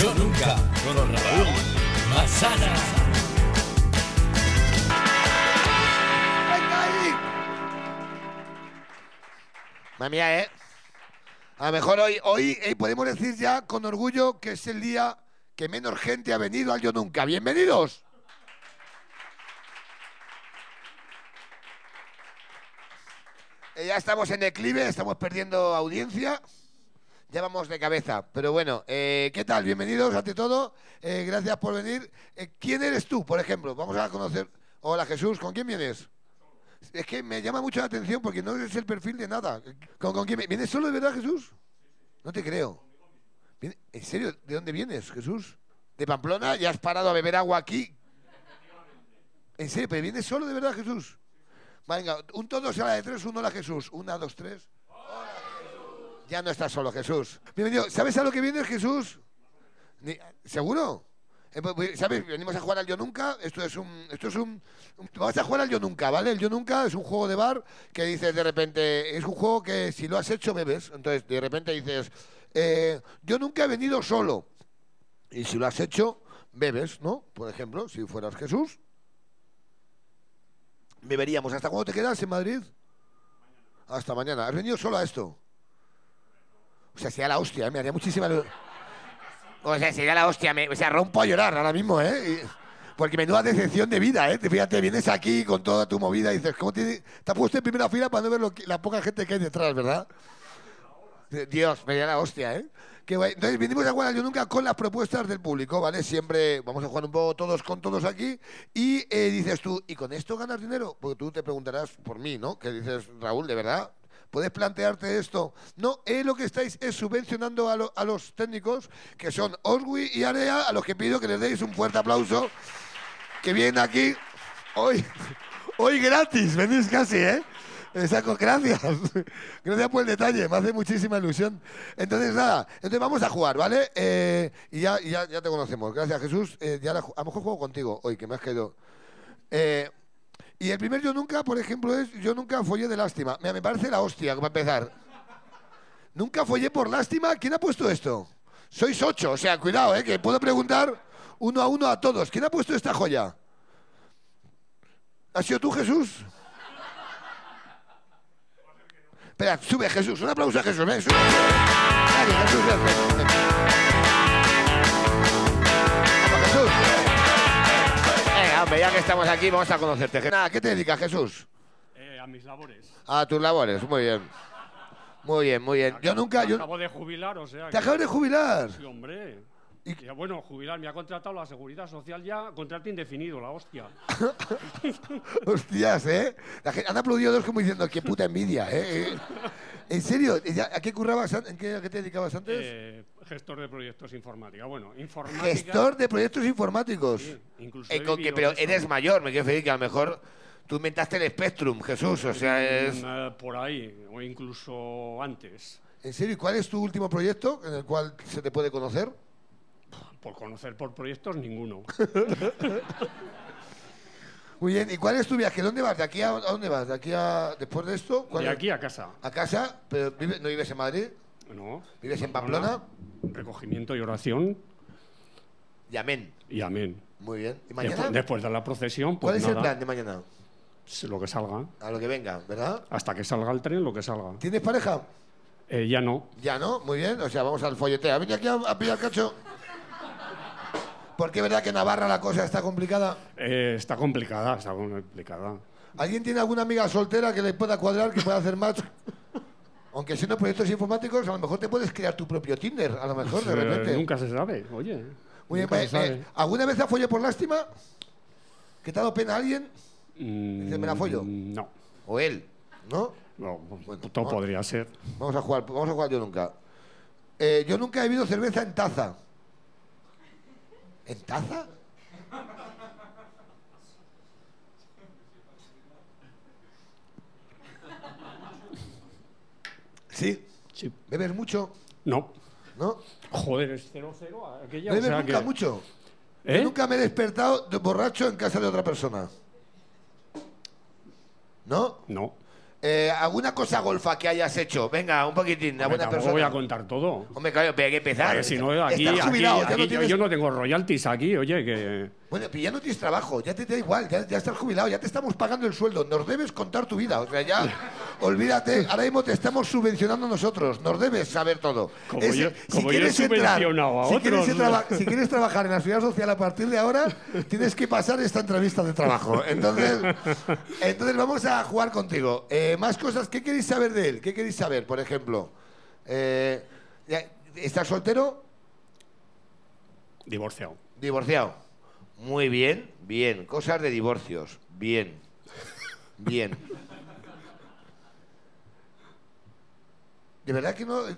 Yo nunca con Raúl Manzana. ¡Venga ahí! Madre mía, ¿eh? A lo mejor hoy, hoy eh, podemos decir ya con orgullo que es el día que menos gente ha venido al Yo Nunca. ¡Bienvenidos! Eh, ya estamos en declive, estamos perdiendo audiencia. Ya vamos de cabeza. Pero bueno, eh, ¿qué tal? Bienvenidos ante todo. Eh, gracias por venir. Eh, ¿Quién eres tú, por ejemplo? Vamos a conocer. Hola Jesús, ¿con quién vienes? Es que me llama mucho la atención porque no es el perfil de nada. ¿Con, con quién vi- vienes solo de verdad, Jesús? No te creo. Viene- ¿En serio? ¿De dónde vienes, Jesús? ¿De Pamplona? ¿Ya has parado a beber agua aquí? ¿En serio? ¿Pero vienes solo de verdad, Jesús? Venga, un todo sea la de tres, uno la Jesús. Una, dos, tres. Ya no estás solo, Jesús. Bienvenido. ¿Sabes a lo que viene Jesús? Ni- ¿Seguro? Eh, pues, pues, ¿Sabes? Venimos a jugar al Yo Nunca. Esto es un. Esto es un, un- Vamos a jugar al Yo Nunca, ¿vale? El Yo Nunca es un juego de bar que dices de repente. Es un juego que si lo has hecho bebes. Entonces de repente dices. eh, yo nunca he venido solo. Y si lo has hecho, bebes, ¿no? Por ejemplo, si fueras Jesús. Beberíamos. ¿Hasta cuándo te quedas en Madrid? Hasta mañana. ¿Has venido solo a esto? O sea, sería la hostia, ¿eh? me haría muchísima... ilu- O sea, sería la hostia, me... o sea, rompo a llorar ahora mismo, ¿eh? Y- Porque menuda decepción de vida, ¿eh? Te- Fíjate, vienes aquí con toda tu movida y dices, ¿cómo te, te has puesto en primera fila para no ver lo que- la poca gente que hay detrás, verdad? Eh, Dios, me haría la hostia, ¿eh? Qué guay. Entonces vinimos a jugar al yo nunca con las propuestas del público, ¿vale? Siempre vamos a jugar un poco todos con todos aquí. Y eh, dices tú, ¿y con esto ganas dinero? Porque tú te preguntarás por mí, ¿no? Que dices, Raúl, ¿de verdad? ¿Puedes plantearte esto? No, eh, lo que estáis es subvencionando a, lo- a los técnicos, que son Oswi y Area, a los que pido que les deis un fuerte aplauso, que vienen aquí hoy, hoy gratis, venís casi, ¿eh? Exacto, gracias. Gracias por el detalle, me hace muchísima ilusión. Entonces, nada, entonces vamos a jugar, ¿vale? Eh, y ya, y ya, ya te conocemos. Gracias, Jesús. Eh, ya la ju- a lo mejor juego contigo hoy, que me has caído. Eh, y el primer yo nunca, por ejemplo, es yo nunca follé de lástima. Mira, me parece la hostia, para empezar. Nunca follé por lástima. ¿Quién ha puesto esto? Sois ocho, o sea, cuidado, ¿eh? que puedo preguntar uno a uno a todos. ¿Quién ha puesto esta joya? ¿Has sido tú, Jesús? Espera, sube Jesús, un aplauso a Jesús, ven, sube. Dale, Jesús, ven, ven, ven. Vamos, Jesús. Venga, hombre, ya que estamos aquí, vamos a conocerte. Je- Nada, ¿qué te dedicas, Jesús? Eh, a mis labores. A tus labores, muy bien. Muy bien, muy bien. Yo nunca, yo... Acabo de jubilar, o sea. Te acabas de jubilar. Sí, hombre. Ya, bueno, jubilar, me ha contratado la seguridad social ya, contrato indefinido, la hostia. Hostias, ¿eh? La gente, han aplaudido dos como diciendo, qué puta envidia, ¿eh? Eh, ¿En serio? ¿Ya- ¿A qué currabas an- Ah, ¿En qué, a qué te dedicabas antes? Eh, gestor de proyectos informática. Bueno, informática. Gestor de proyectos informáticos. Sí, incluso Eh, he con que, vivido pero de eso. eres mayor, me quiero decir que a lo mejor tú inventaste el Spectrum, Jesús, o sea, es... Mm, eh, por ahí, o incluso antes. ¿En serio? ¿Y cuál es tu último proyecto en el cual se te puede conocer? Por conocer por proyectos, ninguno. Muy bien, ¿y cuál es tu viaje? ¿Dónde vas? ¿De aquí a, a dónde vas? ¿De aquí a después de esto? ¿Cuál De es? aquí a casa. ¿A casa? ¿Pero vive- no vives en Madrid? ¿No? ¿Vives en Pamplona? Recogimiento y oración. Y amén. Y amén. Muy bien. ¿Y Despu- mañana? Después, de la procesión, ¿Cuál pues es el nada, plan de mañana? Lo que salga. A lo que venga, ¿verdad? Hasta que salga el tren, lo que salga. ¿Tienes pareja? Eh, ya no. Ya, ¿no? Muy bien. O sea, vamos al folleteo. ¿Ha venido aquí a, a pillar cacho? Porque es verdad que en Navarra la cosa está complicada. Eh, está complicada, está complicada. ¿Alguien tiene alguna amiga soltera que le pueda cuadrar, que pueda hacer match? Aunque siendo proyectos informáticos, a lo mejor te puedes crear tu propio Tinder, a lo mejor, de Eh, repente. nunca se sabe, oye. Muy bien, nunca eh, se sabe. eh, ¿Alguna vez has follado por lástima? ¿Que te ha dado pena a alguien? dices, ¿me la follo? Mm, No, O él. ¿No? no todo no. podría ser. Vamos a jugar, vamos a jugar yo nunca. Eh, yo nunca he bebido cerveza en taza. ¿En taza? Sí, Sí. bebes mucho, No. ¿no? Joder, es 0-0 aquella. ¿Bebes o sea nunca que- mucho? ¿Eh? Yo nunca me he despertado de- borracho en casa de otra persona. ¿No? No. Eh, Eh, ¿Alguna cosa golfa que hayas hecho? Venga, un poquitín, Hombre, alguna tampoco persona. voy a contar todo. Hombre, claro, pero hay que empezar. Porque si no, Estás aquí, aquí- jubilado, ya aquí no yo, tienes- yo no tengo royalties aquí, oye, que... Bueno, pero ya no tienes trabajo, ya te da igual, ya, ya estás jubilado, ya te estamos pagando el sueldo, nos debes contar tu vida, o sea, ya, olvídate, ahora mismo te estamos subvencionando nosotros, nos debes saber todo. Como yo- como yo he quieres subvencionado a si Quieres otros, traba- si quieres trabajar en la ciudad social a partir de ahora, tienes que pasar esta entrevista de trabajo. Entonces, entonces vamos a jugar contigo. Eh, más cosas, ¿qué queréis saber de él? ¿Qué queréis saber, por ejemplo? Eh, ya- ¿Estás soltero? Divorciado. Divorciado. Muy bien, bien. Cosas de divorcios. Bien. Bien. De verdad que no. Es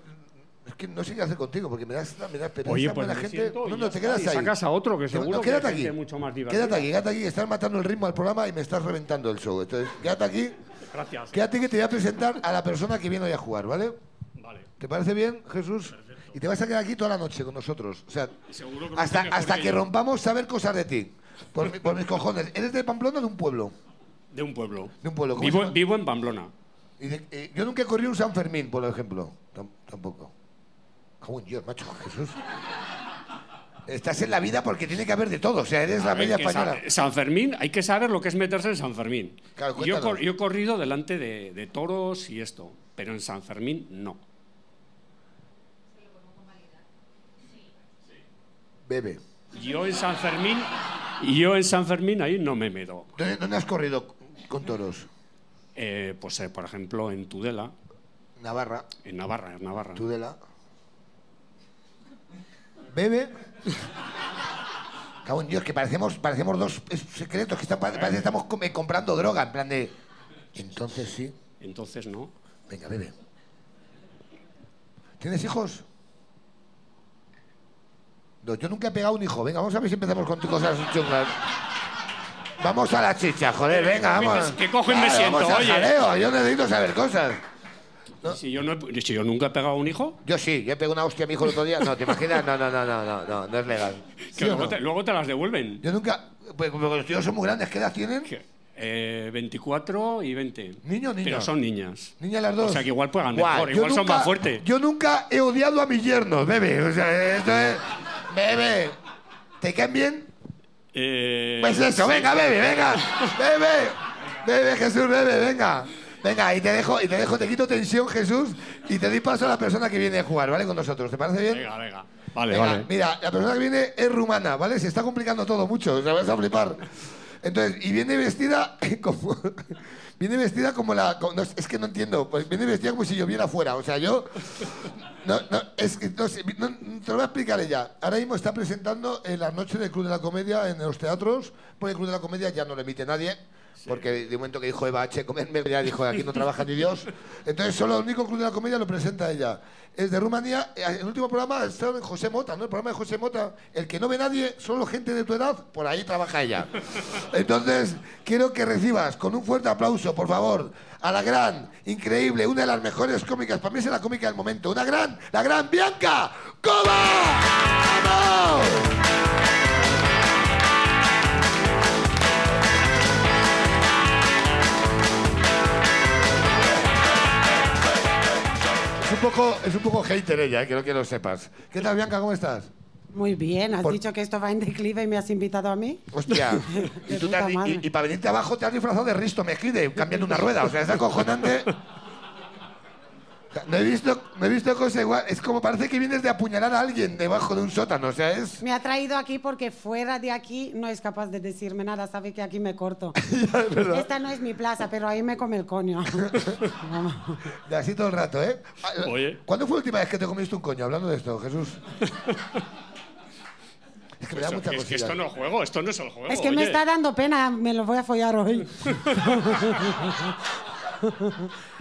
que no sé qué hacer contigo porque me das, me das pereza. Oye, me pues da me gente. siento y no, ya no, te está, quedas y ahí. sacas a otro, que Te- seguro no, que quédate hay gente aquí. mucho más divertida. Quédate aquí, quédate aquí. Estás matando el ritmo al programa y me estás reventando el show. Entonces, quédate aquí. Gracias. Quédate que te voy a presentar a la persona que viene hoy a jugar, ¿vale? Vale. ¿Te parece bien, Jesús? Y te vas a quedar aquí toda la noche con nosotros. O sea, Seguro que lo hasta, hace mejor hasta que que, yo. rompamos saber cosas de ti. Por, mi- por mis cojones. ¿Eres de Pamplona o de un pueblo? De un pueblo. De un pueblo. ¿Cómo se Vivo, llama? vivo en Pamplona. Y de- eh, yo nunca he corrido un San Fermín, por ejemplo. Tam- tampoco. Cago en Dios, macho, Jesús. Estás en la vida porque tiene que haber de todo. O sea, eres la A ver, media que San- española. San Fermín, hay que saber lo que es meterse en San Fermín. Claro, yo, he cuéntanos. cor- yo he corrido delante de, de toros y esto, pero en San Fermín no. Bebe. Yo en San Fermín, yo en San Fermín ahí no me meto. ¿Dónde, dónde has corrido con toros? Eh, pues eh, por ejemplo en Tudela, Navarra, en Navarra, en Navarra. Tudela. Bebe. Cago en Dios, que parecemos, parecemos dos es- secretos, que están, parece que estamos com- eh, comprando droga, en plan de... Entonces sí. Entonces no. Venga, bebe. ¿Tienes hijos? No, yo nunca he pegado un hijo. Venga, vamos a ver si empezamos con cosas chungas. Vamos a la chicha, joder, venga, vamos. Que cojo y me Claro, siento, vamos al oye. jaleo, yo necesito saber cosas. Si, yo no he- si yo nunca he pegado a un hijo, Yo sí, yo pegué una hostia a mi hijo el otro día. No, ¿te imaginas? No, no, no, no, no, no, no es legal. que ¿Sí o luego, no? te, luego te las devuelven. Yo nunca. Pues como los tíos son muy grandes, ¿qué edad tienen? Que, eh, 24 y 20. ¿Niño o niña? Pero son niñas. Niña las O dos. sea que igual juegan Guau, mejor, yo igual son nunca- más fuertes. Yo nunca he odiado a mis yernos, bebé. O sea, esto es. Bebé. ¿Te caen bien? Eh, Pues eso, venga, bebé, venga. Bebé. Bebé, Jesús, bebé, venga. Venga, y te dejo, y te dejo, te quito tensión, Jesús, y te doy paso a la persona que viene a jugar, ¿vale? Con nosotros. ¿Te parece bien? Venga, venga. Vale, Venga, vale. Mira, la persona que viene es rumana, ¿vale? Se está complicando todo mucho, o sea, vas a flipar. Entonces, y viene vestida como. Viene vestida como la. como- no, es que no entiendo. Pues viene vestida como si lloviera fuera. O sea, yo. No, no, es que no sé. no- no, te lo voy a explicar ella. Ahora mismo está presentando en la noche del Club de la Comedia en los teatros. Porque el Club de la Comedia ya no lo emite nadie. Porque de momento que dijo Eva H. comerme, ya dijo aquí no trabaja ni Dios. Entonces, solo el único Club de la Comedia lo presenta ella. Es de Rumanía. Eh, El último programa está en José Mota, ¿no? El programa de José Mota. El que no ve nadie, solo gente de tu edad, por ahí trabaja ella. Entonces, quiero que recibas con un fuerte aplauso, por favor, a la gran, increíble, una de las mejores cómicas, para mí es la cómica del momento, una gran, la gran Bianca Coba. ¡Vamos! Es un poco, es un poco hater ella, eh, quiero que lo sepas. ¿Qué tal, Bianca? ¿Cómo estás? Muy bien, has Por- dicho que esto va en declive y me has invitado a mí. Hostia. y, De tú te has- puta madre. y- y para venirte abajo te has disfrazado de Risto Mejide, cambiando una rueda. O sea, es acojonante. No he visto, no he visto cosa igual. Es como parece que vienes de apuñalar a alguien debajo de un sótano. O sea, es. Me ha traído aquí porque fuera de aquí no es capaz de decirme nada, sabe que aquí me corto. Esta no es mi plaza, pero ahí me come el coño. Vamos. De así todo el rato, ¿eh? Ah, Oye. ¿Cuándo fue la última vez que te comiste un coño hablando de esto, Jesús? es que me da Eso, mucha que es que cosilla. esto no es juego, esto no es el juego. es que me oye. está dando pena, me lo voy a follar hoy.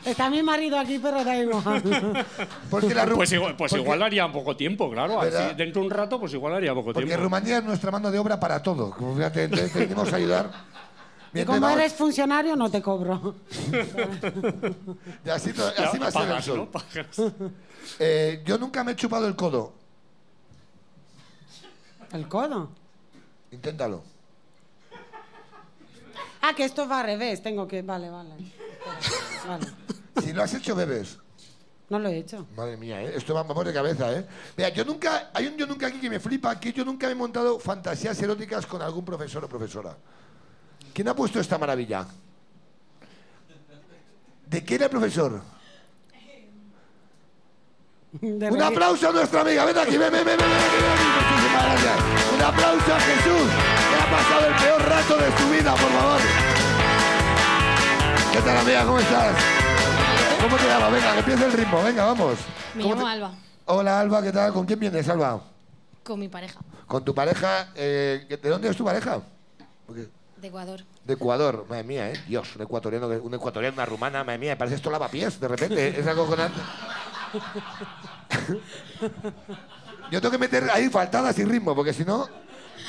Está mi marido aquí, pero da igual. Porque la Ru- Pues igual, pues porque- igual haría poco tiempo, claro. así, ¿Verdad? dentro de un rato, pues igual haría poco Porque tiempo. Rumanía es nuestra mano de obra para todo. Como fíjate, entonces te venimos a ayudar. Y Bien, como vamos. eres funcionario, no te cobro. Y así, to- Ya, así va a ser el pagas, sol. ¿no? Pagas. Eh, yo nunca me he chupado el codo. El codo. Inténtalo. Ah, que esto va al revés, tengo que... Vale, vale. Espera, vale. Si lo has hecho, bebes. No lo he hecho. Madre mía, ¿eh? esto va vamos de cabeza, ¿eh? Mira, yo nunca, hay un yo nunca aquí que me flipa, que yo nunca me he montado fantasías eróticas con algún profesor o profesora. ¿Quién ha puesto esta maravilla? ¿De qué era el profesor? De Un reír. aplauso a nuestra amiga, ven aquí, ven, ven, ven, ven, ven, ven, ven, muchísimas gracias. Un aplauso a Jesús, que ha pasado el peor rato de su vida, por favor. ¿Qué tal, amiga? ¿Cómo estás? ¿Cómo te llamas? Venga, que empiece el ritmo, venga, vamos. Me ¿Cómo llamo te- Alba, Hola, Alba, ¿qué tal? ¿Con quién vienes, Alba? con mi pareja, Con tu pareja, eh, ¿de dónde es tu pareja? Porque- de Ecuador. De Ecuador, madre mía, ¿eh? Dios, un ecuatoriano, que- un ecuatoriano, una rumana, madre mía, parece esto lavapiés, de repente, ¿eh? es acojonante. Yo tengo que meter ahí faltadas y ritmo, porque si no...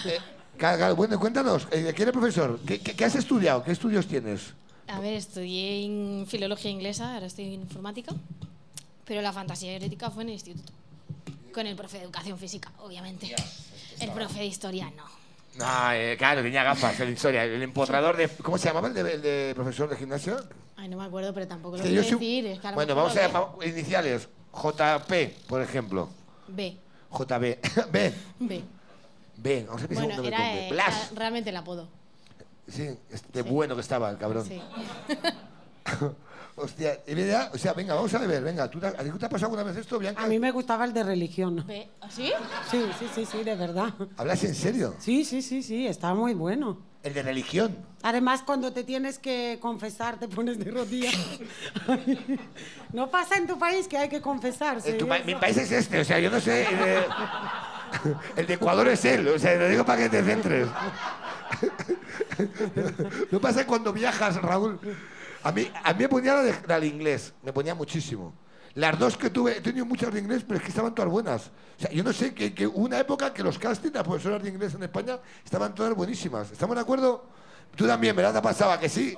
eh, claro, claro, bueno, cuéntanos, eh, ¿quién es profesor? ¿Qué, qué, qué has estudiado? ¿Qué estudios tienes? A ver, estudié en filología inglesa, ahora estoy en informática, pero la fantasía erótica fue en el instituto, con el profe de educación física, obviamente. el profe de historia no. Ah, eh, claro, tenía gafas, el historia, el empotrador Entrenador de... de- ¿Cómo se llamaba el de, el de profesor de gimnasia? Ay, no me acuerdo, pero tampoco lo Que quiero soy- decir. es que a lo bueno, mejor vamos lo a ve. llamar iniciales. JP, por ejemplo. B, JB. B. B. B. Vamos a empezar Bueno, un nombre era, con B. eh, Blas. era realmente el apodo. Sí, este bueno que estaba el cabrón. Sí. Hostia, y mira, o sea, venga, vamos a beber, venga. ¿Tú te, ¿A ti te ha pasado alguna vez esto, Bianca? A mí me gustaba el de religión. B. ¿ah, ¿Sí? Sí, sí, sí, sí, de verdad. ¿Hablas en serio? Sí, sí, sí, sí, está muy bueno. El de religión. Además, cuando te tienes que confesar, te pones de rodillas. Ay, no pasa en tu país que hay que confesarse. Eh, tu y pa- eso. mi país es este, o sea, yo no sé. El de, el de Ecuador es él, o sea, lo digo para que te centres. No pasa cuando viajas, Raúl. A mí, a mí me ponía la, de, la del inglés, me ponía muchísimo. Las dos que tuve, he tenido muchas de inglés, pero es que estaban todas buenas. O sea, yo no sé, que, que hubo una época que los castings, las profesoras de inglés en España, estaban todas buenísimas. ¿Estamos de acuerdo? Tú también, ¿verdad? Te pasaba que sí.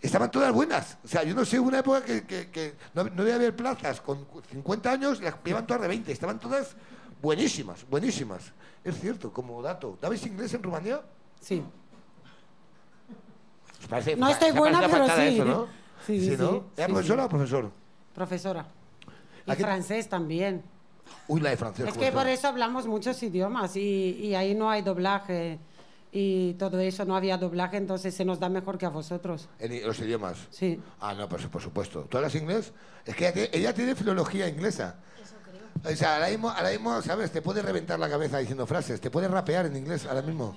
Estaban todas buenas. O sea, yo no sé, hubo una época que, que- que no, no debía haber plazas. Con 50 años las llevan todas de 20. Estaban todas buenísimas, buenísimas. Es cierto, como dato. ¿Dabais inglés en Rumanía? Sí. Os parece- No estoy os ha buena, parecido pero fatada sí. eso, ¿no? Sí, ¿no? sí, sí. ¿Era Sí, profesora sí. o profesor? Profesora. Y Aquí- francés también. Uy, la de francés. Es ¿cómo que por estaba? eso hablamos muchos idiomas y, y ahí no hay doblaje y todo eso, no había doblaje, entonces se nos da mejor que a vosotros. En i- los idiomas. Sí. Ah, no, por, su- por supuesto. ¿Tú hablas inglés? Es que ella tiene, ella tiene filología inglesa. Eso creo. O sea, ahora mismo, ahora mismo, ¿sabes? Te puede reventar la cabeza diciendo frases. Te puede rapear en inglés ahora mismo.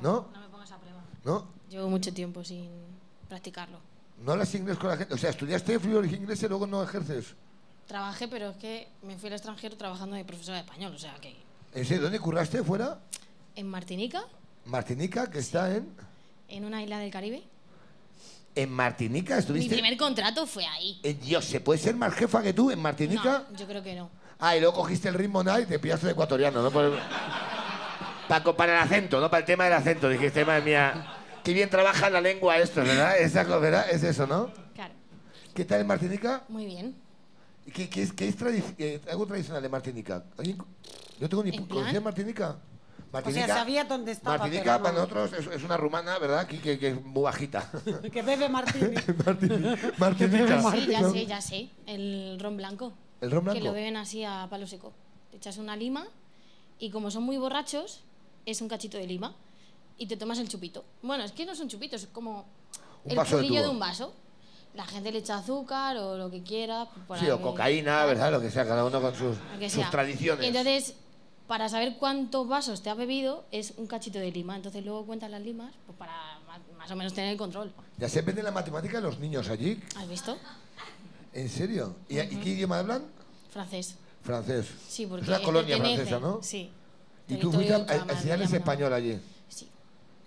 ¿No? No me pongas a prueba. ¿No? Llevo mucho tiempo sin practicarlo. ¿No hablas inglés con la gente? O sea, estudiaste filología inglesa y luego no ejerces. Trabajé, pero es que me fui al extranjero trabajando de profesora de español, o sea que ¿En serio? ¿Dónde curraste? ¿Fuera? en Martinica, Martinica, que está en... en una isla del Caribe. ¿En Martinica Mi estuviste? primer contrato fue ahí. Eh, Dios, ¿se puede ser más jefa que tú en Martinica? No, yo creo que no. Ah, y luego cogiste el ritmo night y te pillaste de ecuatoriano, ¿no? Por el- Paco, para el acento, no para el tema del acento. Dijiste, madre mía, qué bien trabaja la lengua esto, ¿verdad? ¿Verdad? Esa co- ¿verdad? Es eso, ¿no? Claro, ¿Qué tal en Martinica? muy bien. ¿Y ¿Qué, qué es, qué es tradi- eh, algo tradicional de Martinica? ¿Alguien co- Yo tengo ni ¿En pu- plan? ¿Conocías Martinica? O sea, sabía dónde estaba. Martinica pero para no. nosotros es, es una rumana, ¿verdad? Aquí que, que es muy bajita. Que bebe Martini. Martinica. Sí, ya sé, ya sé. El ron blanco. ¿El ron Que lo blanco? beben así a palo seco. Te echas una lima y como son muy borrachos, es un cachito de lima y te tomas el chupito. Bueno, es que no son chupitos, es como Un el vaso de churrillo de, tubo. un vaso. La gente le echa azúcar o lo que quiera. por Sí, o ahí. cocaína, ¿verdad? Lo que sea, cada uno con sus, Lo que sus sea. tradiciones. Y entonces, para saber cuántos vasos te has bebido, es un cachito de lima. Entonces luego cuentas las limas pues para ma- más o menos tener el control. Ya se venden la matemática a los niños allí. ¿Has visto? ¿En serio? ¿Y, y qué idioma hablan? Francés. Francés. Sí, porque es una colonia pertenece. francesa, ¿no? Sí. Y tú Territorio fuiste a, de ultramar, a enseñarles le llaman. español allí. Sí.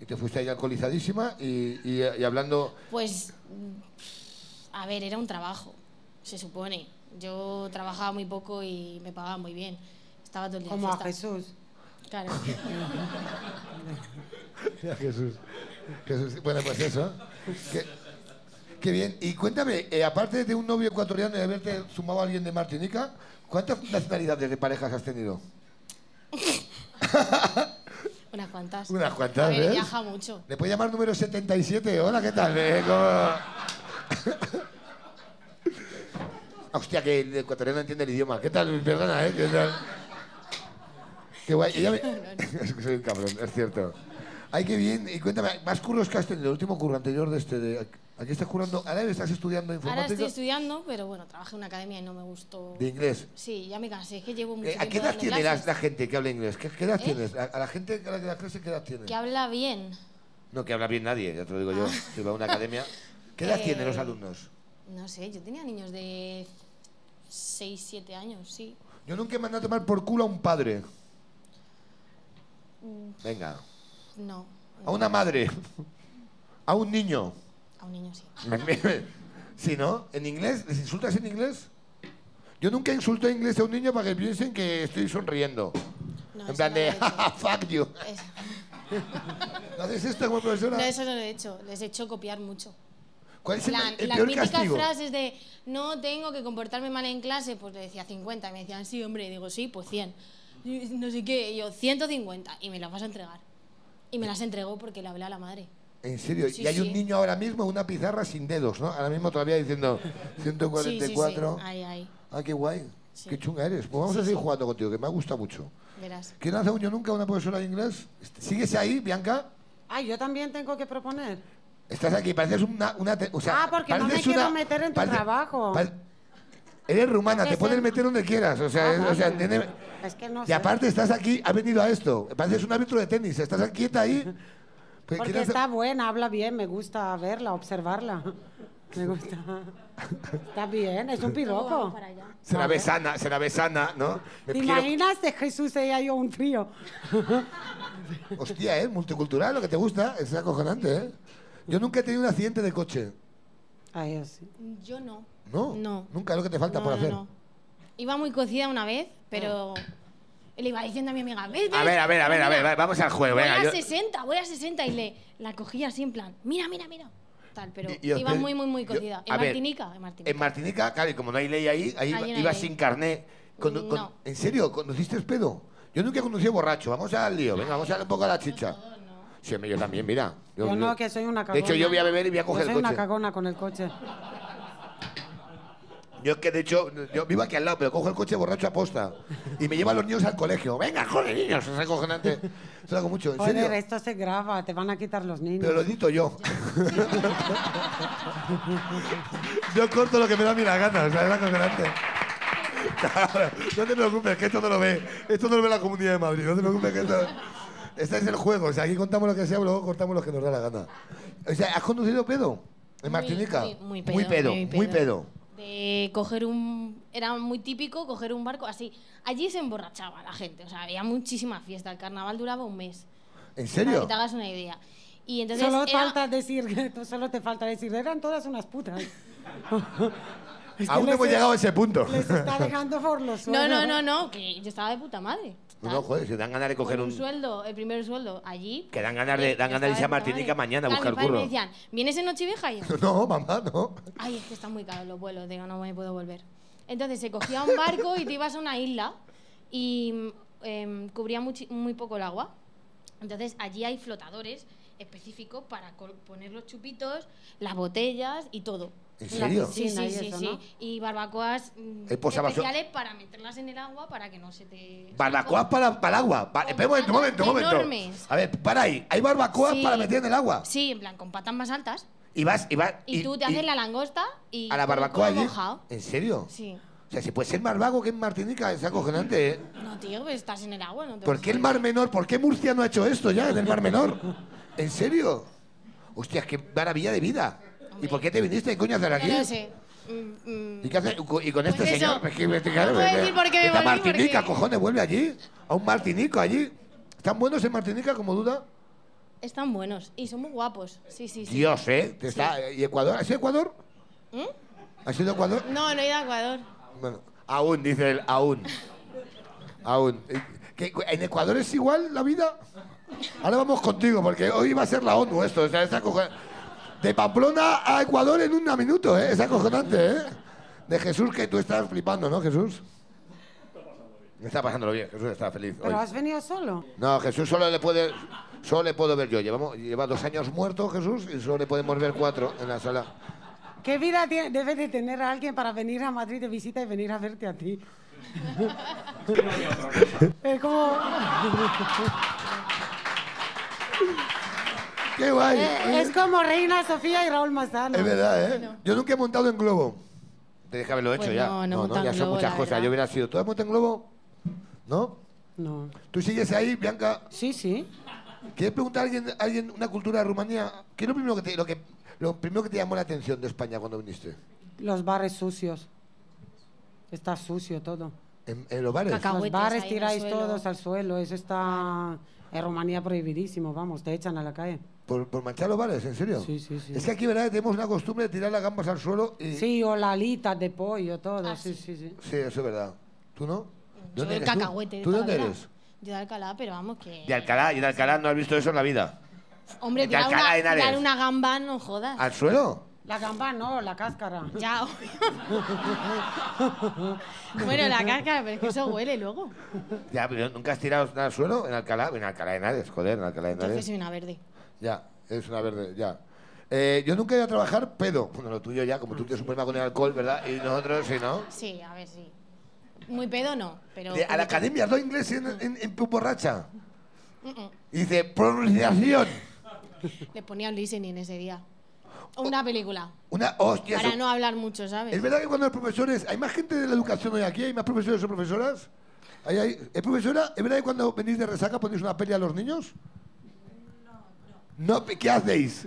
Y te fuiste ahí alcoholizadísima y, y- y hablando. Pues, mm, a ver, era un trabajo, se supone. Yo trabajaba muy poco y me pagaban muy bien. Estaba todo el día de Como a fiesta. Jesús. Claro. Mira, Jesús. Jesús. Bueno, pues eso. Qué, qué bien. Y cuéntame, eh, aparte de un novio ecuatoriano y de haberte sumado a alguien de Martinica, ¿cuántas nacionalidades de parejas has tenido? Unas cuantas. Unas cuantas, A ver, ¿ves? viaja mucho. ¿Le puedes llamar número 77? Hola, ¿qué tal? Eh, ¿cómo? Ah, hostia, que el ecuatoriano entiende el idioma. ¿Qué tal? Perdona, ¿eh? ¿Qué tal? Qué guay. Ella me- es que soy un cabrón, es cierto. Ay, qué bien. Y cuéntame, ¿más curros que has tenido? El último curro anterior de este. De, aquí estás currando. Ahora estás estudiando Ahora informática. estoy estudiando, pero bueno, trabajé en una academia y no me gustó. de inglés. Sí, ya me cansé, es que llevo mucho Eh, tiempo ¿A qué edad dando tiene la, clases. la gente que habla inglés? ¿Qué, qué edad ¿Eh? tienes? A, a la gente que la, que la clase, ¿qué edad tiene? Que habla bien. No, que habla bien nadie, ya te lo digo yo. Si va a una academia. ¿Qué edad Eh, tienen los alumnos? No sé, yo tenía niños de 6, 7 años, sí. Yo nunca he mandado a tomar por culo a un padre. Venga. Mm, No, A una madre. A un niño. a un niño sí. ¿Sí, no? ¿En inglés? ¿Les insultas en inglés? Yo nunca insulto en inglés a un niño para que piensen que estoy sonriendo. No, en eso plan no de, lo he hecho. "Ja, ja, fuck you. Eso- ¿No haces esto como profesora? No, eso no lo he hecho. Les he hecho copiar mucho. Pues ¿Cuál es el, Plan, el las peor míticas castigo? frases de no tengo que comportarme mal en clase, pues le decía 50 y me decían, sí, hombre, y digo, sí, pues 100. Y No sé qué, y yo 150 y me las vas a entregar. Y me Eh. las entregó porque le hablé a la madre. En serio, Sí, y hay un sí. niño ahora mismo en una pizarra sin dedos, ¿no? Ahora mismo todavía diciendo Sí, sí, 144. sí, ahí, ahí, Ah, qué guay. Sí. Qué chunga eres. Pues vamos a seguir jugando contigo, que me ha gustado mucho. verás. ¿Quién hace un yo nunca una profesora de inglés? Este, ¿Sigues ahí, Bianca? Ah, yo también tengo que proponer. Estás aquí, pareces una... una te- o sea, Ah, porque no me pareces quiero una- meter en tu parece- trabajo. pa- Eres rumana, te Parece- puedes meter donde quieras. O sea, Ah, es- o vale. sea entiende- Es que no Y sé. aparte estás aquí, has venido a esto. Pareces un árbitro de tenis, estás aquí, quieta ahí. Pues, Porque ¿quieres- está buena, habla bien, me gusta verla, observarla. Me gusta. Está bien, es un piropo. Para allá. Se la ve sana, se la ve sana, ¿no? Me ¿Te quiero- imaginas de Jesús ella y yo un trío? Hostia, ¿eh? Multicultural, lo que te gusta. Es acojonante, ¿eh? Yo nunca he tenido un accidente de coche. Ay, yo sí. Yo no. ¿No? No. Nunca, es lo que te falta No, por no, hacer. no. Iba muy cocida una vez, pero le iba diciendo a mi amiga, "Ves, A ves, ver, a ver, a ver, a ver, mira, va- vamos al juego. Voy venga, a yo- 60, voy a 60 y le la cogía así en plan, mira, mira, mira. Tal, pero Y- y os iba pe- muy, muy, muy yo- cocida. a ver, en, em, Martinica, en Martinica, En Martinica, claro, y como no hay ley ahí, ahí Ahí no hay iba ley. sin carné. Condu- con- No. ¿En serio? ¿Conduciste el pedo? Yo nunca he conducido borracho. Vamos al lío, venga, vamos a darle un poco a la chicha. Sí, hombre, yo también, mira. Yo no, que soy una De cagona. hecho, yo voy a beber y voy a Yo coger soy el una coche. cagona con el coche. Yo es que, de hecho, yo vivo aquí al lado, pero cojo el coche borracho a posta. Y me llevo a los niños al colegio. Venga, joder, niños, es acojonante. Eso lo hago mucho, en serio. Joder, esto se graba, te van a quitar los niños. Pero lo edito yo. yo corto lo que me da mi la gana, o sea, es acojonante. Claro, no te preocupes, que esto no lo ve. Esto no lo ve la Comunidad de Madrid, no te preocupes que esto... Este es el juego, o sea, aquí contamos lo que sea, luego cortamos lo que nos da la gana. O sea, ¿has conducido pedo? ¿En Martinica? Muy, muy pedo, Muy pedo, muy muy pedo. pedo. De coger un. Era muy típico coger un barco así. Allí se emborrachaba la gente, o sea, había muchísima fiesta. El carnaval duraba un mes. ¿En Para serio? que te hagas una idea. Y entonces. solo, era- falta decir, solo te falta decir, eran todas unas putas. Es que Aún no les- hemos llegado a ese punto. Les está dejando por los No, suelos. no, no, no, que yo estaba de puta madre. No, no, joder, si dan ganas de coger Con un... un sueldo, el primer sueldo, allí. Que dan ganas de, dan yo ganas de irse a estaba de puta Martinica madre. mañana a Claro, buscar mis padres curro. me decían, ¿vienes en Nochevieja? Y yo, No, mamá, no. ay, es que están muy caros los vuelos, digo, no me puedo volver. Entonces se cogía un barco y te ibas a una isla y mm, em, cubría muchi- muy, poco el agua. Entonces allí hay flotadores específicos para col- poner los chupitos, las botellas y todo. ¿En La serio? Sí, piscina sí, y sí, eso, sí. ¿no? Y barbacoas mm, El posavasos- especiales para meterlas en el agua para que no se te... Barbacoas para, para el agua. Pa- espera un momento, un momento, un momento. Enormes. A ver, para ahí. Hay barbacoas Sí. para meter en el agua. Sí, en plan, con patas más altas. Y vas, y vas. Y, tú te haces la langosta y... A la con el barbacoa culo allí. mojado. ¿En serio? Sí. O sea, si puede ser más vago que en Martinica, es acojonante, ¿eh? No, tío, pues estás en el agua, no te ¿Por vas qué a- el Mar Menor? ¿Por qué Murcia no ha hecho esto ya en el Mar Menor? ¿En serio? Hostias, qué maravilla de vida. ¿Y por qué te viniste, coño, a hacer aquí? No lo sé. Mm, mm. ¿Y qué hace? ¿Y con este Pues eso. señor? Es que- No puedo decir por qué me Vete a ¿eh? volví, Martinica, porque- cojones, vuelve allí. A un martinico allí. ¿Están buenos en Martinica, como duda? Están buenos y son muy guapos. Sí, sí, sí. Dios, ¿eh? Te está- ¿Y Ecuador? ¿Has sido Ecuador? ¿Has sido Ecuador? No, no he ido a Ecuador. Bueno, aún, dice él, aún. aún. ¿Qué- ¿En Ecuador es igual la vida? Ahora vamos contigo, porque hoy va a ser la ONU esto. O sea, es acojo- De Pamplona a Ecuador en un minuto, ¿eh? Es acojonante, ¿eh? De Jesús que tú estás flipando, ¿no, Jesús? Me está pasándolo bien, Jesús está feliz. hoy. Pero has venido solo. No, Jesús solo le puede. Solo le puedo ver yo. Llevamos, lleva dos años muerto Jesús y solo le podemos ver cuatro en la sala. ¿Qué vida tiene- debe de tener alguien para venir a Madrid de visita y venir a verte a ti? es como... ¡Qué guay! Eh, Es como Reina Sofía y Raúl Mazano. Es verdad, ¿eh? Yo nunca he montado en globo. Te dije haberlo hecho Pues ya. no, no he No, no, montado ya en son globo, muchas la cosas. verdad. Yo hubiera sido. ¿Tú has montado en globo? ¿No? No. ¿Tú sigues ahí, Bianca? Sí, sí. ¿Quieres preguntar a alguien, a alguien una cultura de Rumanía? ¿Qué es lo primero que te, lo que, lo primero que te llamó la atención de España cuando viniste? Los bares sucios. Está sucio todo. ¿En, en Eh, los bares? Cacao. Los Cahuetes ahí en bares el tiráis suelo. todos al suelo. Eso está en Rumanía prohibidísimo, vamos, te echan a la calle. ¿Por, por manchar los bares? ¿En serio? Sí, sí, sí. Es que aquí, ¿verdad? Tenemos una costumbre de tirar las gambas al suelo y... Sí, o la alita de pollo, Ah, todo. sí, sí, sí. Sí, eso es verdad. ¿Tú no? Yo ¿Dónde el eres tú? cacahuete. de ¿Tú, toda dónde la vida. eres? Yo de Alcalá, pero vamos que... De Alcalá, y de Alcalá no has visto eso en la vida. Hombre, de tirar Alcalá una, de Henares. tirar una gamba, no jodas. ¿Al suelo? La gamba no, la cáscara. Ya, obvio. bueno, la cáscara, pero es que eso huele luego. Ya, pero ¿Nunca has tirado nada al suelo? En Alcalá, en Alcalá de Henares, joder, en Alcalá de Yo es que Henares. soy una verde. Ya, es una verde, ya. Eh, yo nunca he ido a trabajar, pero... Bueno, lo tuyo ya, como Mm. tú tienes un problema con el alcohol, ¿verdad? Y nosotros, sí, ¿no? Sí, a ver, sí. Muy pedo no, pero... De- a la academia, dos inglés en, en, en tu borracha. Mm-mm. Y dice, pronunciación. Les mm. ponía un listening ese día. O una película. Una hostia. Para eso- no hablar mucho, ¿sabes? Es verdad que cuando los profesores, hay más gente de la educación hoy aquí, hay más profesores o profesoras. ¿Hay, hay- ¿Es profesora? ¿Es verdad que cuando venís de resaca ponéis una peli a los niños? No, ¿qué hacéis?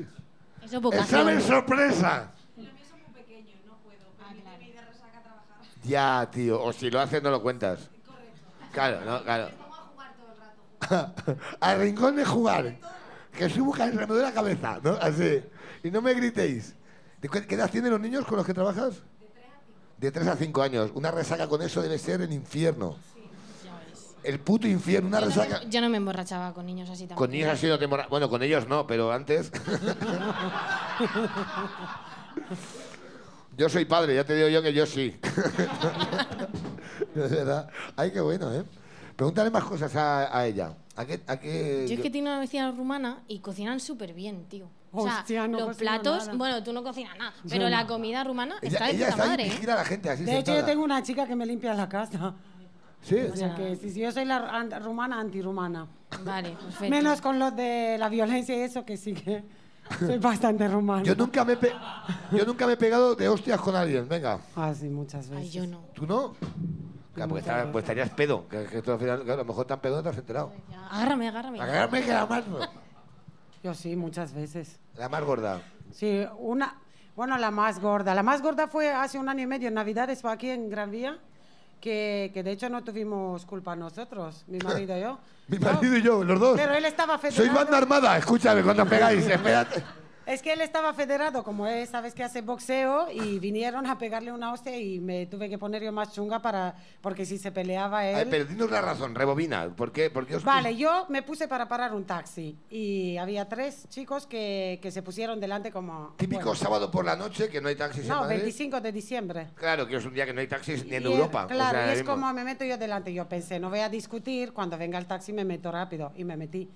Eso es ¡Examen vocación. sorpresa! Ya, tío, o si lo haces no lo cuentas. Claro, no, claro. Al rincón de jugar. Que suba el remedio de la cabeza, ¿no? Así. Y no me gritéis. ¿De cu- ¿Qué edad tienen los niños con los que trabajas? De 3 a 5 años. Una resaca con eso debe ser el infierno. El puto infierno, una resaca. Yo no me emborrachaba con niños así tampoco. Con niños ha sido temporada. Bueno, con ellos no, pero antes. Yo soy padre, ya te digo yo que yo sí. De verdad. Ay, qué bueno, ¿eh? Pregúntale más cosas a, a ella. ¿A qué, a Eh, qué- Yo es que tengo una vecina rumana y cocinan súper bien, tío. O sea, Hostia, no los cocino platos, nada. bueno, tú no cocinas nada, pero la comida rumana Ella, está de ella puta está ahí madre. ¿eh? vigila a la gente así De hecho, yo sentada. tengo una chica que me limpia la casa. Sí. O sea que sí, sí, yo soy la an- rumana antirumana. Vale, perfecto. Menos con los de la violencia y eso que sí que soy bastante rumana. Yo nunca me he pe- yo nunca me he pegado de hostias con alguien. Venga. Ah, sí, muchas veces. Ay, yo no. ¿Tú no? Claro, porque estaba- pues estarías pedo. Que, que tú al final, claro, a lo mejor tan pedo no te has enterado. Ya, Agárrame, agárrame. A cagarme que la más, Yo sí, muchas veces. la más gorda. Sí, una, bueno, la más gorda. La más gorda fue hace un año y medio, en Navidades, fue aquí en Gran Vía, que, que de hecho no tuvimos culpa nosotros, mi marido y yo. Mi No, marido y yo, los dos. Pero él estaba Soy federado. banda armada, escúchame cuando pegáis, espérate. Es que él estaba federado, como es, sabes que hace boxeo, y vinieron a pegarle una hostia y me tuve que poner yo más chunga para, porque si se peleaba él... Ay, pero dinos la razón, rebobina. ¿Por qué? Porque os... Vale, yo me puse para parar un taxi y había tres chicos que, que se pusieron delante como... Típico bueno, sábado por la noche que no hay taxis en no, Madrid. 25 de diciembre. Claro, que es un día que no hay taxis ni ¿eh, en Y es- Europa. o Claro, sea, y es mismo. como me meto yo delante. Yo pensé, no voy a discutir, cuando venga el taxi me meto rápido. Y me metí.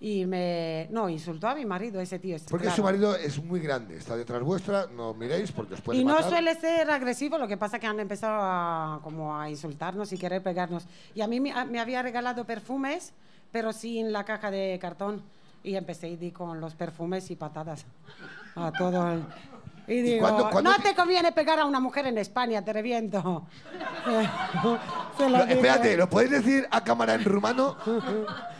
Y me. No, insultó a mi marido, ese tío. este, Porque claro. su marido es muy grande, está detrás vuestra, no os miréis porque os puede Y no matar. suele ser agresivo, lo que pasa que han empezado a, como a insultarnos y querer pegarnos. Y a mí me, me había regalado perfumes, pero sin la caja de cartón. Y empecé y di con los perfumes y patadas a todo el... Y digo, cuándo- cuándo no ti- te conviene pegar a una mujer en España, te reviento. Se lo Lo- dije. espérate, ¿lo podéis decir a cámara en rumano?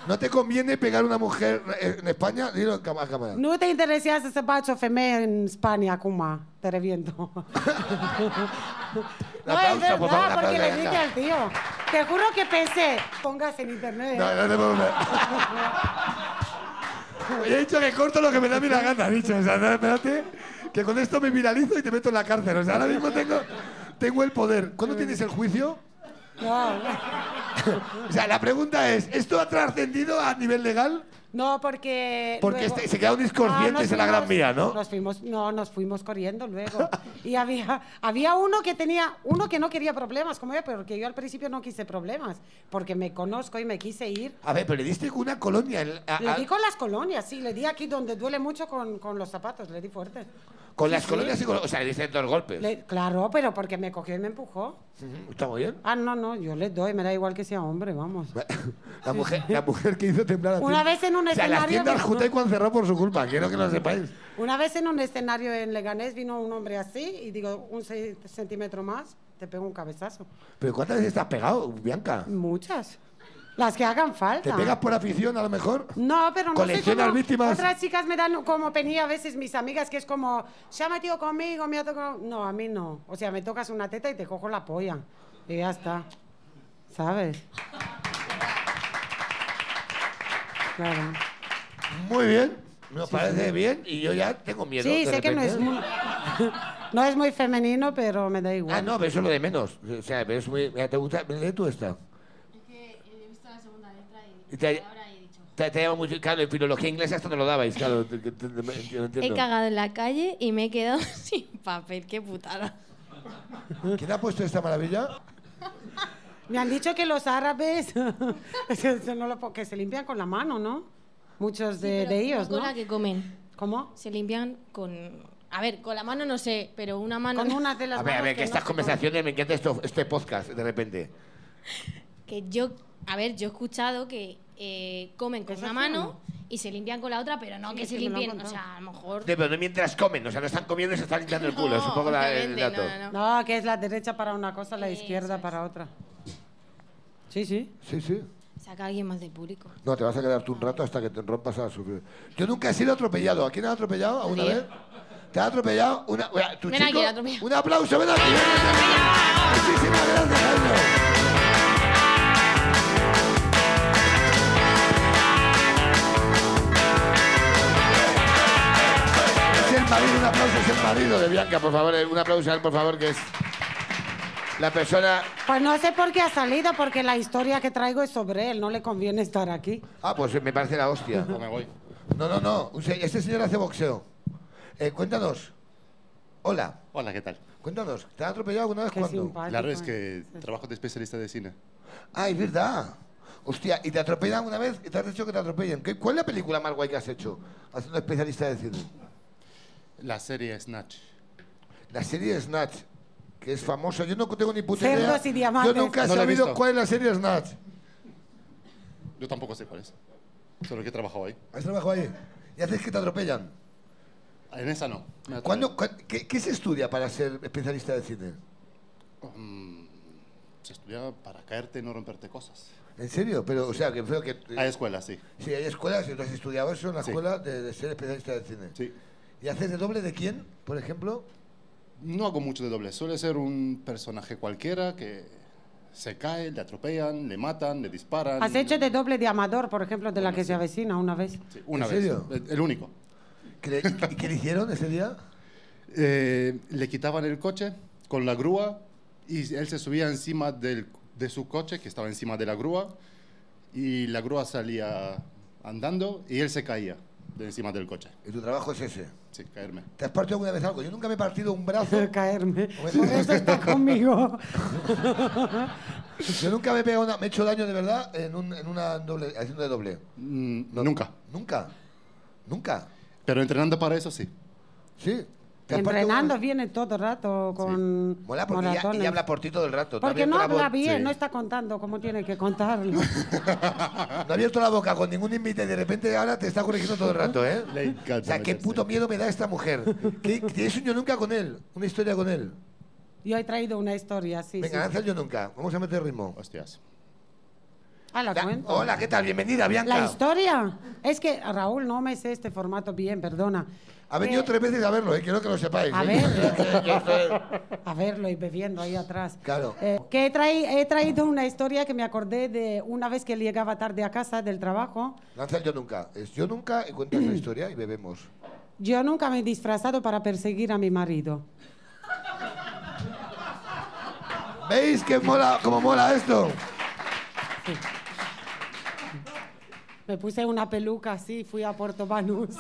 ¿No te conviene pegar a una mujer eh, en España? Dilo en cam- a cámara. Nu te interesează să faci o femeie în Spania acum, te reviento. no, es Aplauso, verdad, por favor, porque aplauso, le venga. dije al tío. Te juro que pensé, póngase en internet. No, no te preocupes. Pues He dicho que corto lo que me da a mí la gana, he dicho. O sea, no, espérate, que con esto me viralizo y te meto en la cárcel. O sea, ahora mismo tengo, tengo el poder. ¿Cuándo tienes el juicio? No, O sea, la pregunta es, ¿esto ha trascendido a nivel legal? no, porque. Porque luego- Ah, este- se quedaron discordientes nos en la Gran fuimos- Vía, ¿no? Nos fuimos, no, nos fuimos corriendo luego. Y había, había uno que tenía, uno que no quería problemas como yo, porque yo al principio no quise problemas, porque me conozco y me quise ir A ver, pero le diste con una colonia. en- a- Le a- di con las colonias, sí, le di aquí donde duele mucho con, con los zapatos, le di fuerte. Con las colonias y con... O sea, le dicen dos Pues golpes. Le- claro, pero porque me cogió y me empujó. Ujú, Está muy bien. Ah, no, no, yo le doy, me da igual que sea hombre, vamos. La mujer, la mujer que hizo temblar a Una ti. vez en un O sea, la escenario tienda de- Arjutay cuando cerró por su culpa, quiero que lo sepáis. Una vez en un escenario en Leganés vino un hombre así y digo, un se- centímetro más, te pego un cabezazo. Pero ¿cuántas veces te has pegado, Bianca? Muchas. Las que hagan ¿Te falta. pegas por afición a lo mejor? No, pero no sé Coleccionas cómo- víctimas. Otras chicas me dan como penilla a veces mis amigas, que es como, se ha metido conmigo, me ha tocado. No, a mí no. O sea, me tocas una teta y te cojo la polla. Y ya está. ¿Sabes? Claro. Muy bien, me parece bien y yo ya tengo miedo. Sí, de sé que no es repente. muy. No es muy femenino, pero me da igual. Ah, no, pero eso es lo de menos. O sea, pero es muy... mira, ¿Te gusta? Lee tú esta. Es que eh, he visto la segunda letra Y te- ahora he dicho. Te, te llama mucho... Claro, en filología inglesa esto no lo dabais, claro. te- te- te- te- me- yo no He entiendo. cagado en la calle y me he quedado sin papel, qué putada. ¿Quién ha puesto esta maravilla? Me han dicho que los árabes eso- eso no lo po- que se limpian con la mano, ¿no? Muchos de, de ellos, con ¿no? la que comen. ¿Cómo? Se limpian con. A ver, con la mano no sé, pero una mano. Con una de las A ver, a manos ver, que no estas se conversaciones me encanta esto, este podcast, de repente. Que yo. A ver, yo he escuchado que eh, comen con ¿Es una así o mano no? y se limpian con la otra, pero no Sí, que es se que me lo han limpien. O contado. sea, a lo mejor. De- pero no mientras comen, o sea, no están comiendo y se están limpiando el culo. es un poco la- el obviamente, dato. no, no. No, que es la derecha para una cosa, la Eso izquierda es. para otra. Sí, sí. Sí, sí. Saca a alguien más del público. No, te vas a quedar tú un rato hasta que te rompas a sufrir. Yo nunca he sido atropellado. ¿A quién has atropellado alguna Nadie. vez? ¿Te has atropellado? Una, Oye, ¿tu Ven chico? aquí, la atropella. Un aplauso, ven aquí. ven aquí. Muchísimas gracias, Jaime. Es el marido, un aplauso, es el marido de Bianca, por favor. eh, Un aplauso a él, por favor, que es la persona... Pues no sé por qué ha salido, porque la historia que traigo es sobre él, no le conviene estar aquí. Ah, pues eh, me parece la hostia. No me voy. No, no, no. Un se- Este señor hace boxeo. Eh, cuéntanos. Hola. Hola, ¿qué tal? Cuéntanos. ¿Te han atropellado alguna vez Qué cuando? simpático. Claro, es eh. que trabajo de especialista de cine. Ah, es verdad. Hostia, ¿y te atropellan alguna vez? ¿Y ¿Te has hecho que te atropellen? ¿Qué- ¿Cuál es la película más guay que has hecho? Haciendo especialista de cine. La serie Snatch. La serie Snatch, que es famosa. Yo no tengo ni puta idea. Cerdos y diamantes. Yo nunca he No la he sabido visto. cuál es la serie Snatch. Yo tampoco sé cuál es. Solo que he trabajado ahí. ¿Has trabajado ahí? ¿Y haces que te atropellan? En esa no. Me atro- ¿Cuándo, cua- qué, qué se estudia para ser especialista de cine? Mm, se estudia para caerte y no romperte cosas. ¿En serio? Pero, o sea, que feo que... Hay escuelas, sí. Sí, hay escuelas, yo has estudiado eso en la Sí. escuela de, de ser especialista de cine. Sí. ¿Y haces de doble de quién, por ejemplo? No hago mucho de doble. Suele ser un personaje cualquiera que se cae, le atropellan, le matan, le disparan. Has hecho de doble de amador, por ejemplo, de la que se avecina una vez. Ah, Sí, una ¿En vez. serio? El- El único. ¿Qué le- ¿Y qué- y qué le hicieron ese día? Eh, le quitaban el coche con la grúa y él se subía encima del- de su coche que estaba encima de la grúa y la grúa salía andando y él se caía de encima del coche. Y tu trabajo es ese. Sí, caerme. ¿Te has partido alguna vez algo? Yo nunca me he partido un brazo. Caerme. Por eso está conmigo. Yo nunca me he pegado una- Me he hecho daño de verdad eh, en, un- en una doble, haciendo de doble. Mm, Nunca. Nunca. Nunca. Pero entrenando para eso sí. Sí. ¿Te has partido Entrenando alguna vez? viene todo el rato con Mola porque ella, moratones. ella habla por ti todo el rato. No ha Porque abierto no la bo- habla bien, Sí. no está contando como tiene que contarlo. No ha abierto la boca con ningún invite. De repente ahora te está corrigiendo todo el rato, ¿eh? Le encanta O sea, qué meterse. puto miedo me da esta mujer. ¿Qué- Tienes un yo nunca con él. Una historia con él. Yo he traído una historia, sí. Venga, sí. lanza el yo nunca. Vamos a meter ritmo. Hostias. Ah, la Ya, cuento. hola, ¿qué tal? Bienvenida, Bianca. La historia. Es que, Raúl, no me sé este formato bien, perdona. Ha venido Que- tres veces a verlo, eh, quiero que lo sepáis. A eh. ver. A verlo y bebiendo ahí atrás. Claro. Eh, que he, traí- he traído una historia que me acordé de una vez que llegaba tarde a casa del trabajo. Lanza el yo nunca. Es yo nunca y cuentas la historia y bebemos. Yo nunca me he disfrazado para perseguir a mi marido. ¿Veis que mola, cómo mola esto? Me puse una peluca así, fui a Puerto Banús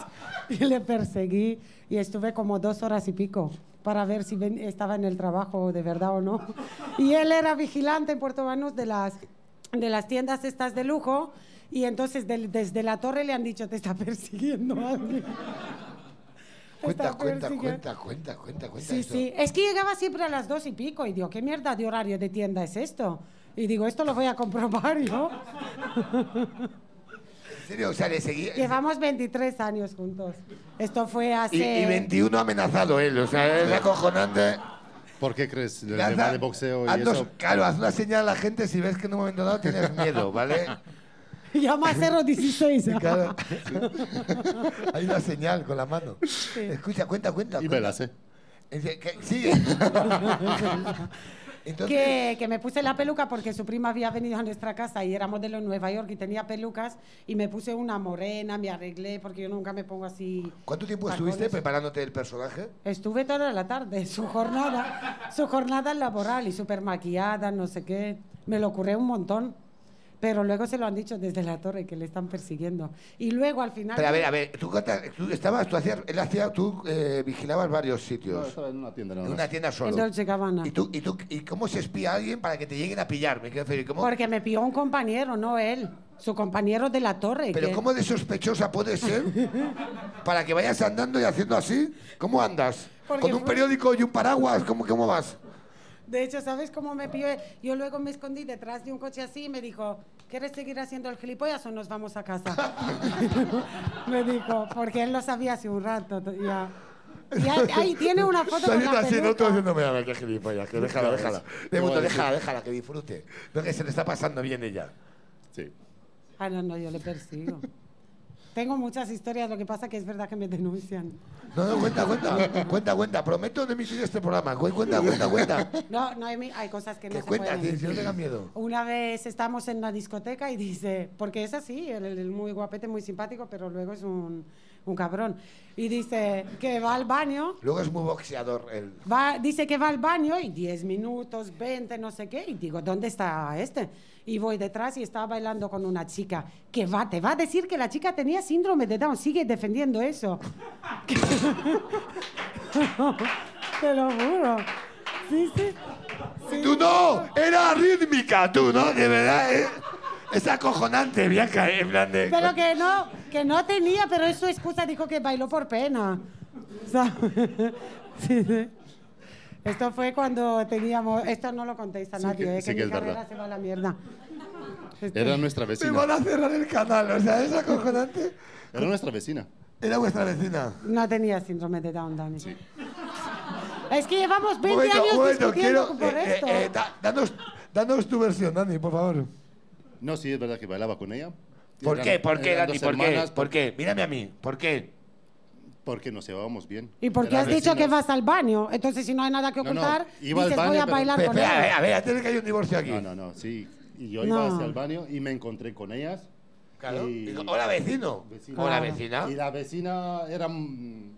y le perseguí y estuve como dos horas y pico para ver si ven- estaba en el trabajo de verdad o no. Y él era vigilante en Puerto Banús de las, de las tiendas estas de lujo y entonces del- desde la torre le han dicho, te está persiguiendo alguien. Cuenta, Está cuenta, persiguiendo. cuenta, cuenta, cuenta, cuenta. Sí, esto. sí. Es que llegaba siempre a las dos y pico y digo, ¿qué mierda de horario de tienda es esto? Y digo, esto lo voy a comprobar yo. En serio, o sea, le seguía. Llevamos 23 años juntos. Esto fue hace... Y, y 21 amenazado ¿eh? él, o sea, es acojonante. ¿Por qué crees? El Lanza- tema de boxeo y haznos- eso. Claro, haz una señal a la gente si ves que en un momento dado tienes miedo, ¿vale? Llama a 016. ¿ah? Claro. Hay una señal con la mano. Escucha, cuenta, cuenta. Y me cuenta. la sé. Es que- que- Sigue. Entonces, eh, que, que me puse la peluca porque su prima había venido a nuestra casa y era modelo en Nueva York y tenía pelucas y me puse una morena, me arreglé porque yo nunca me pongo así. ¿cuánto tiempo tacones. estuviste preparándote el personaje? Estuve toda la tarde, su jornada, su jornada laboral y súper maquillada, no sé qué. Me lo ocurrió un montón. Pero luego se lo han dicho desde la torre que le están persiguiendo. Y luego al final. Pero a ver, a ver, tú, canta- tú estabas, tú hacías, él hacía, tú eh, vigilabas varios No, sitios. estaba en una tienda nada en más. una tienda en solo. Dolce Gabbana. ¿Y, tú, y, tú, ¿Y cómo se espía a alguien para que te lleguen a pillar? Me quiero decir, ¿cómo- Porque me pilló un compañero, no él. Su compañero de la torre. ¿Pero que- cómo de sospechosa puede ser para que vayas andando y haciendo así? ¿Cómo andas? Porque ¿Con un fue- periódico y un paraguas? ¿Cómo, cómo vas? De hecho, ¿sabes cómo me pilló? Yo luego me escondí detrás de un coche así y me dijo, ¿quieres seguir haciendo el gilipollas o nos vamos a casa? me dijo, porque él lo sabía hace un rato. t- Ya. Y ahí, ahí tiene una foto con Saliendo la así, no peluca. todo diciéndome, a ver, qué gilipollas, que déjala, déjala. De momento, déjala, déjala, que disfrute. Lo que se le está pasando bien ella. Sí. Ah, no, no, yo le persigo. Tengo muchas historias, lo que pasa que es verdad que me denuncian. No, no, cuenta, cuenta, cuenta, cuenta. Prometo no emitir este programa. Cu- Cuenta, cuenta, cuenta. No, no, Emi, hay cosas que no Que se cuenta, pueden que si decir. no tengas miedo. Una vez estamos en la discoteca y dice, porque es así, el, el muy guapete, muy simpático, pero luego es un, un cabrón. Y dice que va al baño, Luego es muy boxeador el... va, dice que va al baño y 10 minutos, 20, no sé qué, y digo, ¿dónde está este? Y voy detrás y estaba bailando con una chica, que va, te va a decir que la chica tenía síndrome de Down, sigue defendiendo eso. te lo juro. Sí, sí. Sí. ¡Tú no! ¡Era rítmica, tú, no! De verdad, eh. Es acojonante, Bianca, eh, en plan de... Pero que no, que no tenía, pero es su excusa, dijo que bailó por pena. O sea, sí, sí. Esto fue cuando teníamos, esto no lo contéis a Sí nadie, que- eh, sí que que mi es verdad. carrera se va a la mierda. Este, Era nuestra Me van vecina. a cerrar el canal, o sea, es acojonante. Era nuestra vecina. Era vuestra vecina. No tenía síndrome de Down, Dani. Es que llevamos 20 momento, años momento, discutiendo quiero. por eh, eh, esto. eh, da- danos, danos tu versión, Dani, por favor. No, sí, es verdad que bailaba con ella. ¿Por Eran- qué? ¿Por qué, eran Dani? dos ¿Por qué? hermanas, ¿Por qué? Mírame a mí. ¿Por qué? Porque nos llevábamos bien. ¿Y por qué Eran has dicho que vecinas. vas al baño? Entonces, si no hay nada que No, no, ocultar, iba al dices, baño, voy a pero- bailar Pe- con pe- a ver, él. a ver, antes de que haya un divorcio aquí. No, no, no, sí. Y yo iba No. hacia el baño y me encontré con ellas. Claro. Y- Digo, Hola, vecino. Vecino. Hola, Claro. vecina. Y la vecina era mm,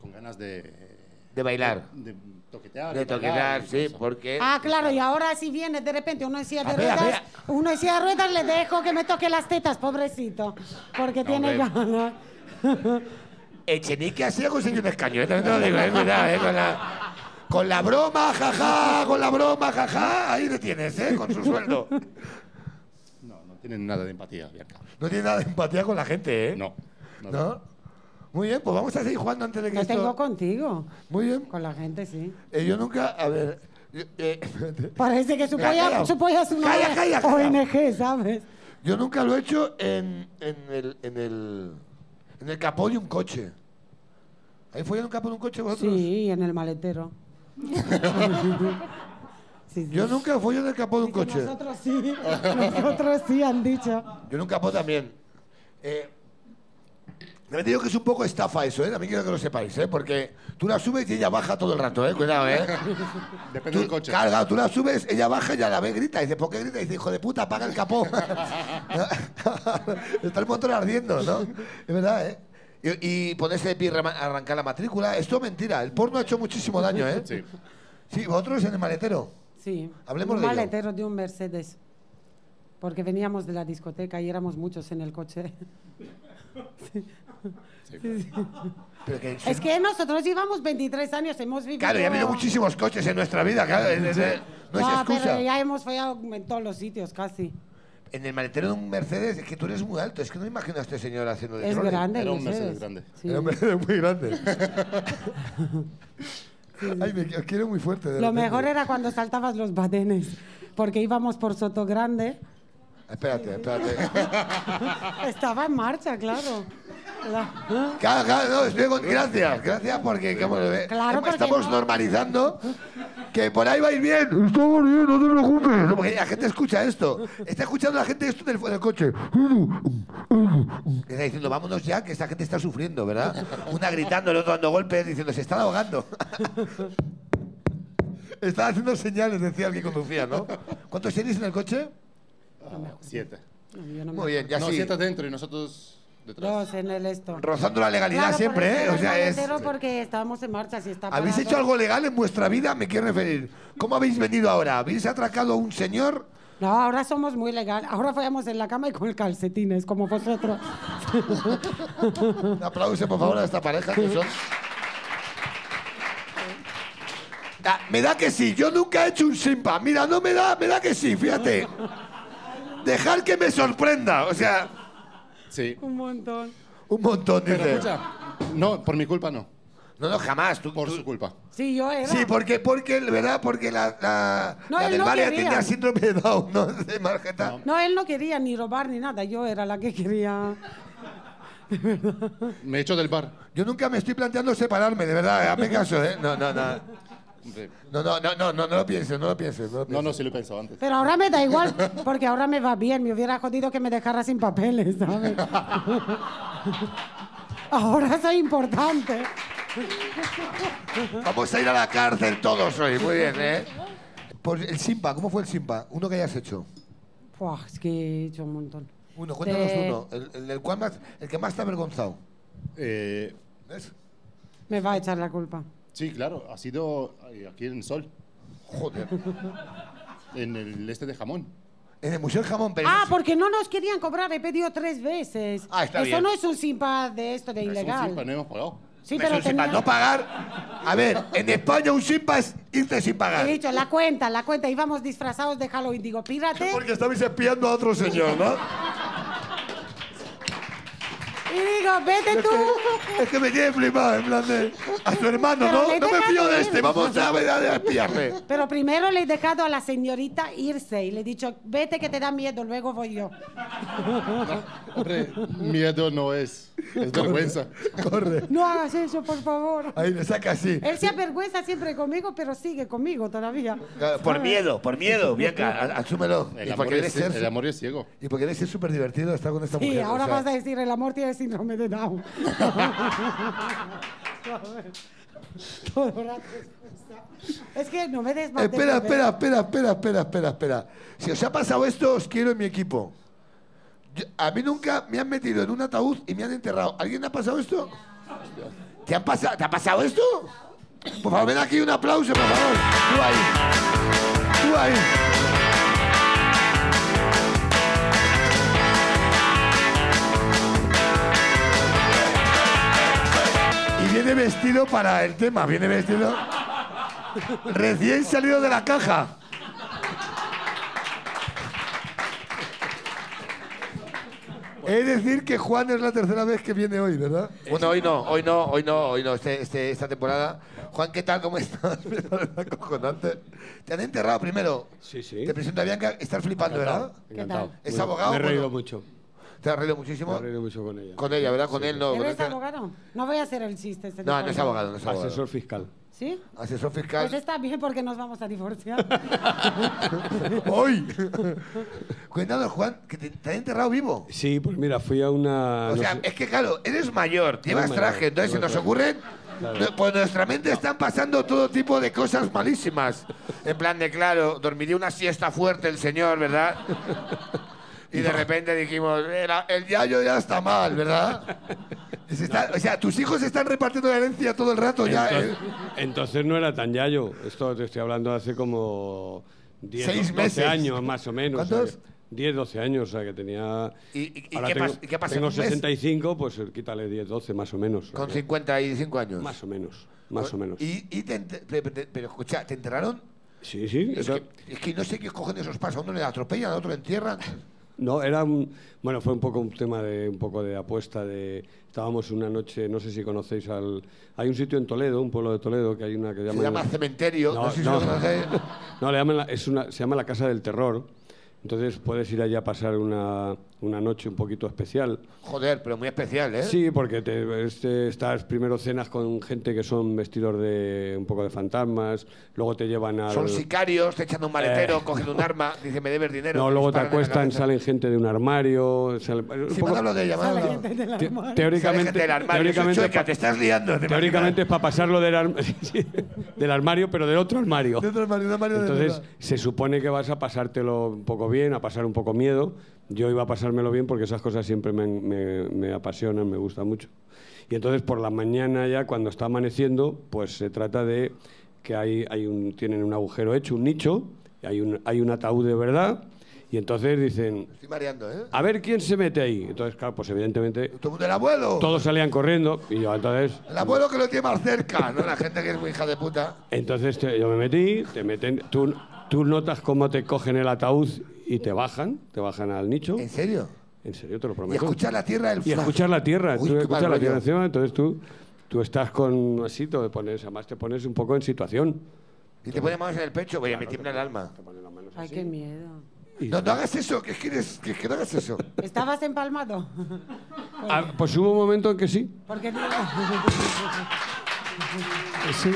con ganas de... De bailar. De toquetear. De y bailar toquetear, y sí, eso. eh, porque... Ah, claro, y ahora si viene de repente uno en silla de A ver, a ruedas, ver. uno en silla de ruedas le dejo que me toque las tetas, pobrecito, porque tiene ganas. Pues Echenique Así ha conseguido un escaño, ¿eh? También te lo digo, eh, cuidado, eh, con la... Con la broma, jaja, con la broma, jaja, ahí le tienes, ¿eh? Con su sueldo. No, no tienen nada de empatía, Bianca. No tiene nada de empatía con la gente, ¿eh? No. no. ¿No? Muy bien, pues vamos a seguir jugando antes de que Lo esto- tengo contigo, Muy bien. con la gente, sí. Eh, yo nunca... A ver... yo- eh, espérate. Parece que su Mira, polla, calla. su polla es una Calla, calla, calla. ONG, ¿sabes? Yo nunca lo he hecho en, en el, en, el, en el capó de un coche. ¿Ahí fue en el capó de un coche vosotros? Sí, en el maletero. Sí, sí. Yo nunca fui en el capó de un Dice, coche. Nosotros sí, nosotros sí han dicho. Yo en un capó también. Eh, también te digo que es un poco estafa eso, ¿eh? También quiero que lo sepáis, ¿eh? Porque tú la subes y ella baja todo el rato, ¿eh? Cuidado, ¿eh? Depende Tú, del coche. claro, claro, tú la subes, ella baja y a la vez grita. Y dice, ¿por qué grita? Y dice, hijo de puta, apaga el capó. Está el motor ardiendo, ¿no? Es verdad, ¿eh? Y, y ponerse de pie y rema- arrancar la matrícula. Esto es mentira. El porno ha hecho muchísimo daño, ¿eh? Sí. Sí, vosotros en el maletero. Sí, Hablemos un de ello. maletero de un Mercedes, porque veníamos de la discoteca y éramos muchos en el coche. Pero que- Es que nosotros llevamos 23 años, hemos vivido... Claro, ya ha habido muchísimos coches en nuestra vida, claro. es- es- no es Ah, excusa. Pero ya hemos fallado en todos los sitios casi. en el maletero de un Mercedes, es que tú eres muy alto, es que no me imagino a este señor haciendo de Es trolley. grande. Era un Mercedes Mercedes. grande. Sí. Era un Mercedes muy grande. Ay, me qu- quiero muy fuerte. de Lo repente. mejor era cuando saltabas los badenes, porque íbamos por Soto Grande. Espérate, espérate. Estaba en marcha, claro. La- Claro, claro, no, estoy con- Gracias, gracias porque, como lo ve- Claro, porque estamos no. normalizando que por ahí vais bien. Estamos bien, no te preocupes. No, porque la gente escucha esto. Está escuchando la gente esto del, del coche. Está diciendo, vámonos ya, que esta gente está sufriendo, ¿verdad? Una gritando, el otro dando golpes, diciendo, se están ahogando. Estaba haciendo señales, decía el que conducía, ¿no? ¿Cuántos tenéis en el coche? Ah, siete. No, yo no me- Muy bien, ya no, sí. siete dentro y nosotros detrás. Dos en el esto. Rozando la legalidad Claro, por eso siempre, ¿eh? era O sea, el es... maletero porque estábamos en marcha. Si está ¿Habéis parado- hecho algo legal en vuestra vida? Me quiero referir. ¿Cómo habéis venido ahora? ¿Habéis atracado a un señor? No, ahora somos muy legal. Ahora fuimos en la cama y con calcetines, como vosotros. Un aplauso, por favor, a esta pareja que son. Ah, me da que sí, yo nunca he hecho un simpa. Mira, no me da, me da que sí, fíjate. Dejar que me sorprenda, o sea, Sí. Un montón. un montón, Pero dice. escucha, no, por mi culpa no. No, no, jamás, tú. Por tú- su culpa. Sí, yo era. Sí, porque, porque, ¿verdad? Porque la, la, No, la él del no Varia quería. tenía síndrome de Down, ¿no? De Marjeta. No, él no quería ni robar ni nada. Yo era la que quería. Me echo del bar. Yo nunca me estoy planteando separarme, de verdad, hazme caso, ¿eh? No, no, no. Hombre, No, no, no, no, no, no lo pienses, no lo pienses. No, lo No, pienses. no, sí lo he pensado antes. Pero ahora me da igual, porque ahora me va bien. Me hubiera jodido que me dejara sin papeles, ¿sabes? ahora soy importante. Vamos a ir a la cárcel todos hoy, muy bien, ¿eh? Por el Simba, ¿cómo fue el Simba? Uno que hayas hecho. Buah, es que he hecho un montón. Uno, cuéntanos De- uno. El, el, del cual más, el que más te ha avergonzado. Eh, ¿Ves? Me va a echar la culpa. sí, claro, ha sido ay, aquí en Sol, Joder. en el este de Jamón. En el Museo del Jamón, pero. Ah, porque no nos querían cobrar, he pedido tres veces. Ah, está Eso bien. no es un simpa de esto, de Es un simpa, ilegal. no hemos pagado. Sí, Eso, pero sin pa- tenía... no pagar. A ver, en España un Simba es irte sin He pagar. dicho, la cuenta, la cuenta. Íbamos disfrazados de Halloween. Digo, pírate. Porque estabais espiando a otro señor, ¿no? Y digo, vete tú. Es que me tiene flipado, en plan de. A su hermano, Pero ¿no? le No me dejan fío de ir. este, vamos a, a espiarme. Pero primero le he dejado a la señorita irse y le he dicho, vete que te da miedo, luego voy yo. Hombre, miedo no es, es vergüenza. Corre. No hagas eso, por favor. Ahí le saca así. Él se avergüenza siempre conmigo, pero sigue conmigo todavía. Claro, Por miedo, por miedo, Bianca, a- asúmelo. El y porque amor, debe es, ser, el amor es ciego. y porque debe ser súper divertido estar con esta Sí, mujer. ahora o sea, vas a decir, el amor tiene síndrome de Down. Todo el rato es- Es que no me des más de Espera, beber. espera, espera, espera, espera, espera, espera. Si os ha pasado esto, os quiero en mi equipo. Yo- a mí nunca me han metido en un ataúd y me han enterrado. ¿Alguien ha pasado esto? ¿Te, han pasado, ¿Te ha pasado esto? Por favor, ven aquí un aplauso, por favor. Tú ahí. Tú ahí. Y viene vestido para el tema, viene vestido recién salido de la caja. Es decir, que Juan es la tercera vez que viene hoy, ¿verdad? Bueno, hoy no, hoy no, hoy no, hoy no, este- este- esta temporada. Juan, ¿qué tal? ¿Cómo estás? Me parece acojonante. Te han enterrado primero. Sí, sí. Te presento a Bianca, estás flipando, ¿verdad? Encantado. ¿Es Muy- abogado Me he o no? reído mucho. Te has reído Me he muchísimo. reído mucho con ella. Con ella, ¿verdad? Con él no. ¿Él con es este- abogado? No voy a hacer el chiste. este No, tipo no es de- abogado, no es abogado. Asesor fiscal. ¿Sí? Asesor fiscal. Pues está bien porque nos vamos a divorciar. ¡Hoy! Cuéntanos, Juan, que te, te han enterrado vivo. Sí, pues mira, fui a una. O no sea, sé- es que claro, eres mayor, llevas mayor, traje, entonces se llevo nos traje. ocurren. no, Por nuestra mente están pasando todo tipo de cosas malísimas. En plan de, claro, dormiría una siesta fuerte el señor, ¿verdad? Y de repente dijimos, "Era- el yayo ya está mal, ¿verdad? Y se está- o sea, tus hijos están repartiendo la herencia todo el rato ya. ¿eh? entonces, entonces no era tan yayo. Esto te estoy hablando hace como 10, Seis 12 meses. años más o menos. ¿Cuántos? o sea, 10, 12 años, o sea que tenía. ¿Y- y- y Ahora qué tengo, pas- y qué pasa, Tengo un mes? 65, pues eh, quítale 10, 12 más o menos. o Con sea, 55 años. más o menos, más o menos. Y, y te enter- pe- pe- pero escucha, ¿te enterraron? Sí, sí. Es era- que, es que no sé qué cojones os pasa. A uno le atropellan, a otro le entierran. No, era un, bueno, fue un poco un tema de un poco de apuesta de estábamos una noche, no sé si conocéis al hay un sitio en Toledo, un pueblo de Toledo que hay una que Se llama cementerio, no, no, sé si no. lo conocéis. No, le llaman la- es una, se llama la Casa del Terror. Entonces puedes ir allá a pasar una, una noche un poquito especial. Joder, pero muy especial, ¿eh? Sí, porque te, este, estás primero cenas con gente que son vestidos de un poco de fantasmas, luego te llevan al... Son sicarios, te echan un maletero, cogen un arma, dicen me debes dinero. eh. no, luego te disparan en la acuestan, cabeza. salen gente de un armario. sale- un Sí, poco- me hablo de ella, me Sale hablo. gente del te- armario. Sale teóricamente, gente del armario, teóricamente, eso es chueca, te estás liando. ¿te teóricamente es para pasarlo del, arm- sí, del armario, pero del otro armario. imaginas? Entonces, se supone que vas a pasártelo un poco bien, a pasar un poco miedo. Yo iba a pasármelo bien porque esas cosas siempre me, me- me apasionan, me gustan mucho. Y entonces, por la mañana ya, cuando está amaneciendo, pues se trata de que hay, hay un, tienen un agujero hecho, un nicho, y hay un, hay un ataúd de verdad, y entonces dicen, Estoy mareando, ¿eh? a ver quién se mete ahí. Entonces, claro, pues evidentemente Todo el mundo, el abuelo. todos salían corriendo, y yo entonces... El abuelo que lo tiene más cerca, ¿no? La gente que es muy hija de puta. Entonces te- yo me metí, te meten, tú, tú notas cómo te cogen el ataúd y te bajan, te bajan al nicho. ¿En serio? En serio, te lo Y prometo. escuchar la tierra del Y flash. escuchar la tierra, Uy, tú qué escuchas mal la rollo. tierra encima, entonces tú, tú estás con así, te pones, además te pones un poco en situación. Y te ponen manos en el pecho, voy a me tiembla el alma. Ay, qué miedo. Y- No, no hagas eso, que es que, eres- que, es que no hagas eso. ¿Estabas empalmado? Ah, pues hubo un momento en que sí. Porque no. Eh, Sí.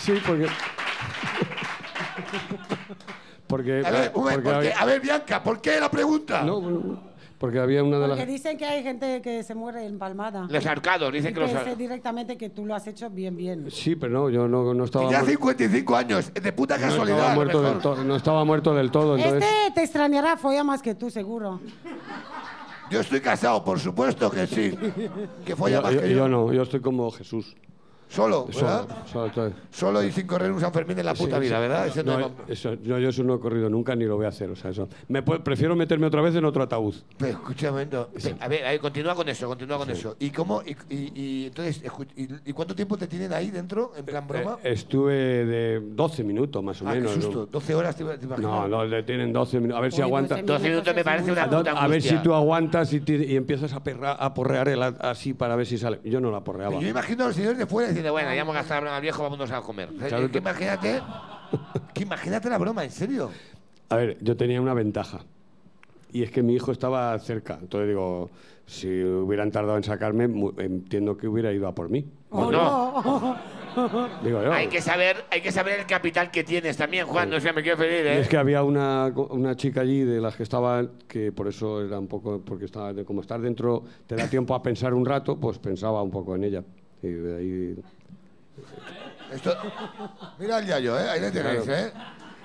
Sí, porque. Porque. A ver, un momento, porque porque- había- a ver, Bianca, ¿por qué la pregunta? no, bueno, porque había una de las. Porque dicen que hay gente que se muere empalmada. Los arcados, dicen Y que que los sé directamente que tú lo has hecho bien, bien. Sí, pero no, yo no, no estaba. Ya mu- 55 años, de puta No casualidad. estaba, a lo muerto del mejor. to- no estaba muerto del todo, entonces. Este te extrañará, folla más que tú, seguro. Yo estoy casado, por supuesto que sí. Que folla yo, más yo- que yo yo. no, yo estoy como Jesús. Solo, Eso- ¿verdad? eso- eso- Solo y sin correr un San Fermín en la puta sí, vida, sí. ¿verdad? Ese no No, eh. es- eso- no, yo eso no he corrido nunca ni lo voy a hacer. O sea, eso. Me pu- prefiero meterme otra vez en otro ataúd. Pero escúchame, no. a, ver, a ver, continúa con eso, continúa con eso. ¿Y cómo? Y, y- y entonces, escu- y, y cuánto tiempo te tienen ahí dentro, en plan broma? Eh, estuve de 12 minutos más o ah, qué menos. ¿no? susto, 12 horas te, iba- te imaginas. No, no, le tienen 12 minutos. A ver si Uy, aguanta. 12 12 minutos me parece una Do- puta a ver si angustia. tú aguantas y, ti- y empiezas a, perra- a porrear el a- así para ver si sale. Yo no la porreaba. Yo imagino a los señores de fuera diciendo, Dice, bueno, ya hemos gastado la broma al viejo, vámonos a comer. Claro eh, que que- imagínate, que imagínate la broma, en serio. A ver, yo tenía una ventaja. Y es que mi hijo estaba cerca. Entonces digo, si hubieran tardado en sacarme, mu- entiendo que hubiera ido a por mí. Oh, Pues no. no. Digo yo. Hay que saber, hay que saber el capital que tienes también, Juan. No sé, me quiero pedir, Y ¿eh? es que había una, co- una chica allí de las que estaba, que por eso era un poco, porque estaba, de- como estar dentro te da tiempo a pensar un rato, pues pensaba un poco en ella. Y de ahí- Esto... Mira el Yayo, ¿eh? ahí lo tenéis. ¿eh?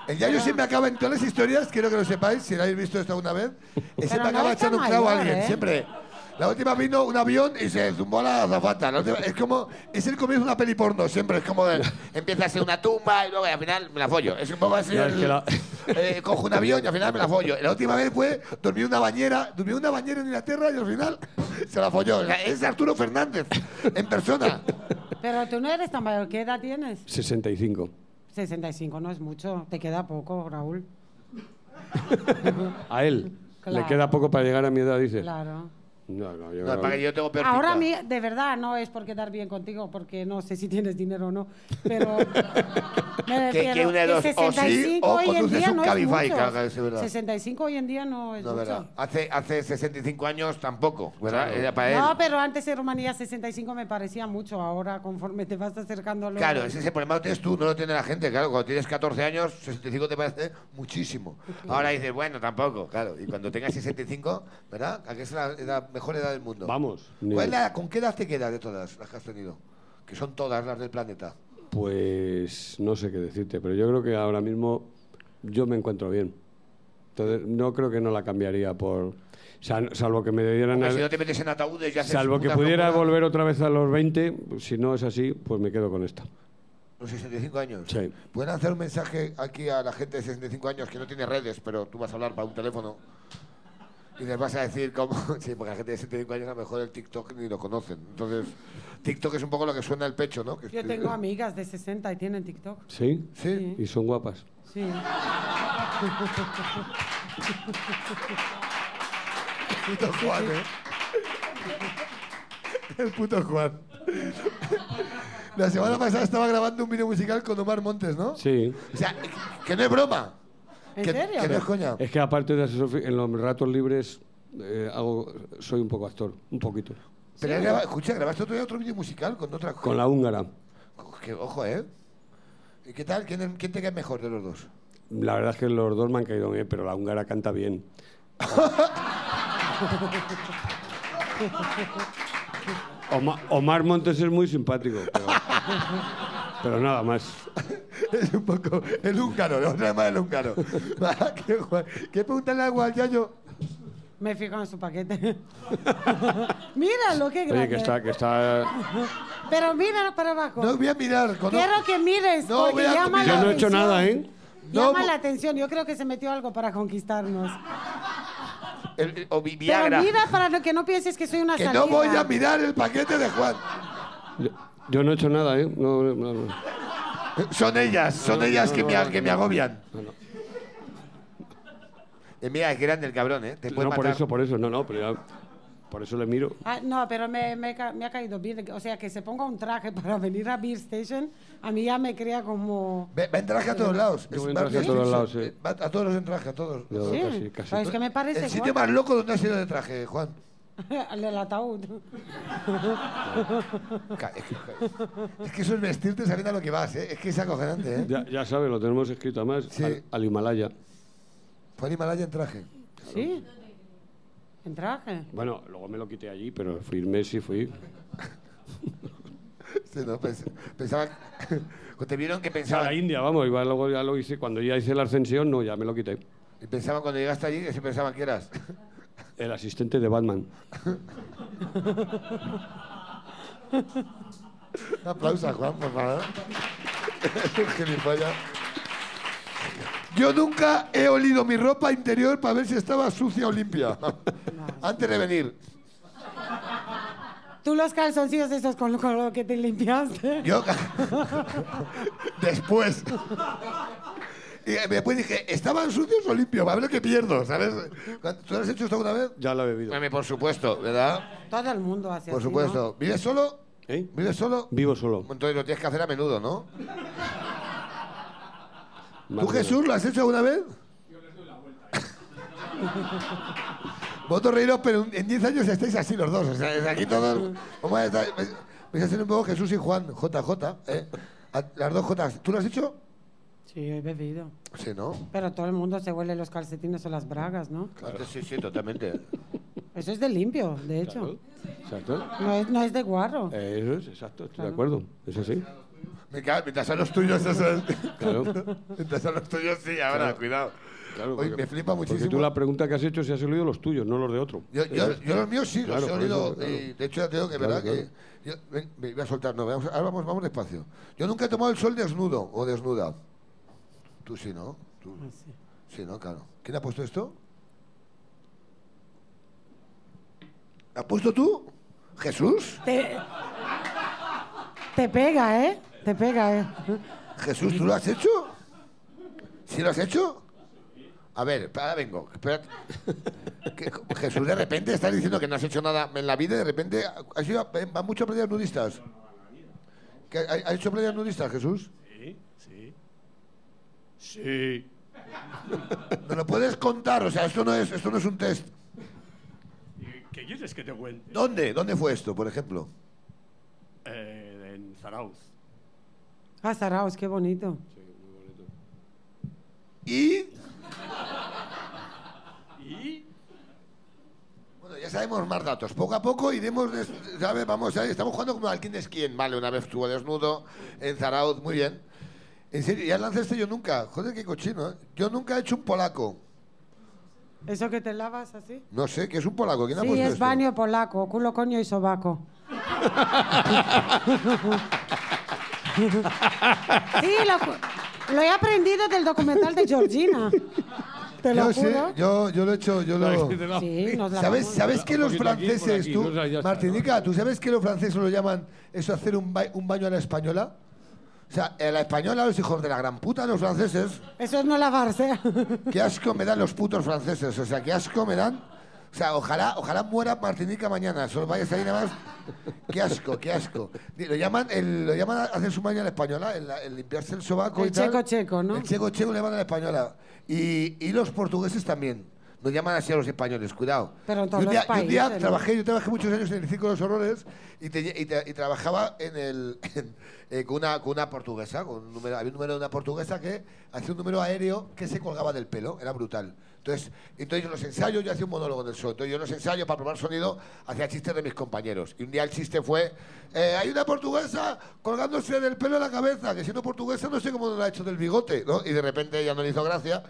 El Yayo siempre acaba en todas las historias, quiero que lo sepáis, si lo habéis visto esto alguna vez, él Pero siempre no acaba está echando un clavo a mayor, alguien, ¿eh? siempre. La última vino un avión y se zumbó la azafata. La última- es como, es el comienzo de una peli porno, siempre. Es como, de- Empieza a ser una tumba y luego al final me la follo. es un poco así. No, es que el- la- eh, cojo un avión y al final me la follo. La última vez fue, dormí en una bañera, dormí en una bañera en Inglaterra y al final se la folló. O sea, es Arturo Fernández, en persona. Pero tú no eres tan mayor. ¿Qué edad tienes? 65. 65 no es mucho. Te queda poco, Raúl. A él. Le Claro. queda poco para llegar a mi edad, dices. Claro. No, no, yo No, no- para que yo tengo peor Ahora a pinta. mí, de verdad, no es por quedar bien contigo, porque no sé si tienes dinero o no, pero me Que- que refiero una de dos, o sí, o hoy en conduces día un no es Cabify, mucho. claro, claro, sí, verdad. 65 hoy en día no es No, mucho. verdad. Hace, hace 65 años tampoco, ¿verdad? Era para él. No, pero antes en Rumanía 65 me parecía mucho, ahora conforme te vas acercando a los... Claro, ese, ese problema lo tienes tú, no lo tiene la gente. Claro, cuando tienes 14 años, 65 te parece muchísimo. Ahora dices, bueno, tampoco. Claro, y cuando tengas 65, ¿verdad? ¿A que es la, la mejor edad del mundo? Vamos. ni- ¿Cuál es la- ¿Con qué edad te quedas de todas las que has tenido? Que son todas las del planeta. Pues no sé qué decirte, pero yo creo que ahora mismo yo me encuentro bien. Entonces, no creo que no la cambiaría por. sal- Salvo que me dieran. Porque al- si no te metes en ataúdes ya haces Salvo que putas pudiera locuras. volver otra vez a los 20, si no es así, pues me quedo con esta. Los 65 años. Sí. ¿Pueden hacer un mensaje aquí a la gente de 65 años que no tiene redes, pero tú vas a hablar para un teléfono? Y les vas a decir cómo... Sí, porque la gente de 65 años a lo mejor el TikTok ni lo conocen. Entonces, TikTok es un poco lo que suena el pecho, ¿no? Que- Yo tengo amigas de 60 y tienen TikTok. ¿Sí? Sí. Y son guapas. Sí. Puto Juan, ¿eh? El puto Juan. La semana pasada estaba grabando un video musical con Omar Montes, ¿no? Sí. O sea, que no es broma. ¿En que, serio? que no es coña. Es que aparte de hacer surf, en los ratos libres eh, hago, soy un poco actor, un poquito. Pero has grabado- escucha, grabaste otro día otro video musical con otra Con la húngara. Que, ojo, ¿eh? ¿Y qué tal? ¿Quién, quién te cae mejor de los dos? La verdad es que los dos me han caído bien, pero la húngara canta bien. Oma- Omar Montes es muy simpático, pero, pero nada más. Es un poco el húngaro, no nada más el húngaro. Va, qué guay. ¿Qué preguntarle algo al Yayo? Me fijo en su paquete. mira lo que grande. Oye, que está, que está. Pero mira para abajo. No voy a mirar. Con... Quiero que mires, No, porque voy a- llama Yo la no he hecho atención. nada, ¿eh? No, Llama bu- la atención. Yo creo que se metió algo para conquistarnos. El- el- o Vi- Viagra. Pero mira para no- que no pienses que soy una Que salida. no voy a mirar el paquete de Juan. Yo, yo no he hecho nada, ¿eh? No, no, no, no. Son ellas, son ellas que, me, a- que me agobian. Eh, Mira, es grande el cabrón, ¿eh? Te puede No, por matar. eso, por eso, no, no, pero ya- por eso le miro. Ah, no, pero me, me ca- me ha caído bien. O sea, que se ponga un traje para venir a Beer Station, a mí ya me crea como... Ve, va en traje a todos lados. Yo voy en Es traje a Barney todos Stinson. lados, sí. Eh, Va a todos los en traje, a todos. Yo Sí, casi, casi. pero es que me parece El sitio guapo. más loco donde has ido de traje, Juan. El del ataúd. Ca- Es que, es que eso es vestirte sabiendo a lo que vas, ¿eh? Es que es acojonante, ¿eh? Ya, ya sabes, lo tenemos escrito además Sí. al, al Himalaya. Juan Himalaya en traje. Sí. En traje. Bueno, luego me lo quité allí, pero firmé sí fui. Sí, no, pens- pensaba... Cuando Pues Te vieron que A pensaban, la India, vamos, iba, luego ya lo hice. Cuando ya hice la ascensión, no, ya me lo quité. Y pensaban cuando llegaste allí que se pensaban que eras. El asistente de Batman. Un aplauso a Juan, por favor. Es un gilipollas. Yo nunca he olido mi ropa interior para ver si estaba sucia o limpia. Antes de venir. Tú los calzoncillos esos con lo, con lo que te limpiaste. Yo. Después. Y después dije, ¿estaban sucios o limpios? A ver lo que pierdo, ¿sabes? ¿Tú lo has hecho esto alguna vez? Ya lo he bebido. "Mami, por supuesto, ¿verdad? Todo el mundo hace Por así, ¿no? supuesto. ¿Vives solo? ¿Eh? ¿Vives solo? Vivo solo. Entonces lo tienes que hacer a menudo, ¿no? Más o ¿Tú, menos. Jesús, lo has hecho alguna vez? Yo les doy la vuelta. Vosotros reíros, pero en 10 años estáis así los dos. O sea, es aquí todos. Vamos a estar. vais- vais a ser un poco Jesús y Juan, JJ. ¿eh? A- Las dos J. ¿Tú lo has hecho? Sí, he bebido. Sí, ¿no? Pero todo el mundo se huele los calcetines o las bragas, ¿no? Sí, sí, totalmente. Eso es de limpio, de hecho. Claro. Exacto. No es, no es de guarro. Eh, Eso es, exacto, estoy de acuerdo. Eso sí. Me cago, mientras sean los tuyos, eso es. Claro. Mientras sean los tuyos, sí, ahora, cuidado. Claro, Oye, porque- me flipa Porque muchísimo. tú la pregunta que has hecho si has olido los tuyos, no los de otro. Eh, Yo, yo, yo los míos sí, Claro, los he por eso, olido. claro. y de hecho, ya te digo que es verdad Claro, que. yo- ven, me voy a soltar, no, vamos, ahora vamos, vamos despacio. Yo nunca he tomado el sol desnudo o desnuda. Tú sí, ¿no? Tú- Ah, Sí. sí, ¿no? Claro. ¿Quién ha puesto esto? ¿Has puesto tú? ¿Jesús? Te, te pega, ¿eh? Te pega, ¿eh? ¿Jesús, tú lo has hecho? ¿Sí lo has hecho? A ver, ahora vengo. Espérate. Que- Jesús, de repente estás diciendo que no has hecho nada en la vida y de repente has ido a, va mucho a playas nudistas. ¿Que ha- ¿Has hecho playas nudistas, Jesús? Sí, sí. Sí. ¿Me lo puedes contar? O sea, esto no es, esto no es un test. ¿Y ¿Qué quieres que te cuente? ¿Dónde? ¿Dónde fue esto, por ejemplo? Eh, en Zarauz. Ah, Saraos, qué bonito. Y, ¿Y? bueno, ya sabemos más datos. Poco a poco iremos, des- ¿sabes? Vamos, ¿sabes? estamos jugando como al quién es quién. Vale, una vez estuvo desnudo en Zarauz, muy bien. En serio, ya lanzaste yo nunca. Joder, qué cochino, ¿eh? Yo nunca he hecho un polaco. ¿Eso que te lavas así? No sé, ¿qué es un polaco? ¿Quién ha Sí, puesto es esto? baño polaco, culo, coño y sobaco. sí, lo, cu- lo he aprendido del documental de Georgina. Te lo Yo sé, juro. yo, yo lo he hecho, yo lo... Sí, nos la ¿Sabes, ¿Sabes Un que los poquito aquí, por franceses, aquí, tú, o sea, ya está, Martinica, tú sabes que los franceses lo llaman eso hacer un, ba- un baño a la española? O sea, eh, la española, los hijos de la gran puta, los franceses, Eso es no lavarse. qué asco me dan los putos franceses. O sea, qué asco me dan. O sea, ojalá, ojalá muera Martinica mañana. Solo vaya a salir nada más. Qué asco, qué asco. Ni- Lo llaman, el, lo llaman a hacer su maña a la española, el, el limpiarse el sobaco El y tal. checo checo, ¿no? El checo checo le llaman a la española. Y, y los portugueses también. Nos llaman así a los españoles, cuidado. Pero en todos Yo un los día, yo un día países, ¿no? trabajé, yo trabajé muchos años en el Circo de los Horrores y, tenía- y tra- y trabajaba en el, en- eh, con, una, con una portuguesa, con un número, había un número de una portuguesa que hacía un número aéreo que se colgaba del pelo, era brutal. Entonces, entonces en los ensayos yo hacía un monólogo del show. Entonces yo en los ensayos para probar sonido hacía chistes de mis compañeros. Y un día el chiste fue, eh, hay una portuguesa colgándose del pelo en la cabeza, que siendo portuguesa no sé cómo no la ha hecho del bigote, ¿no? Y de repente ella no le hizo gracia,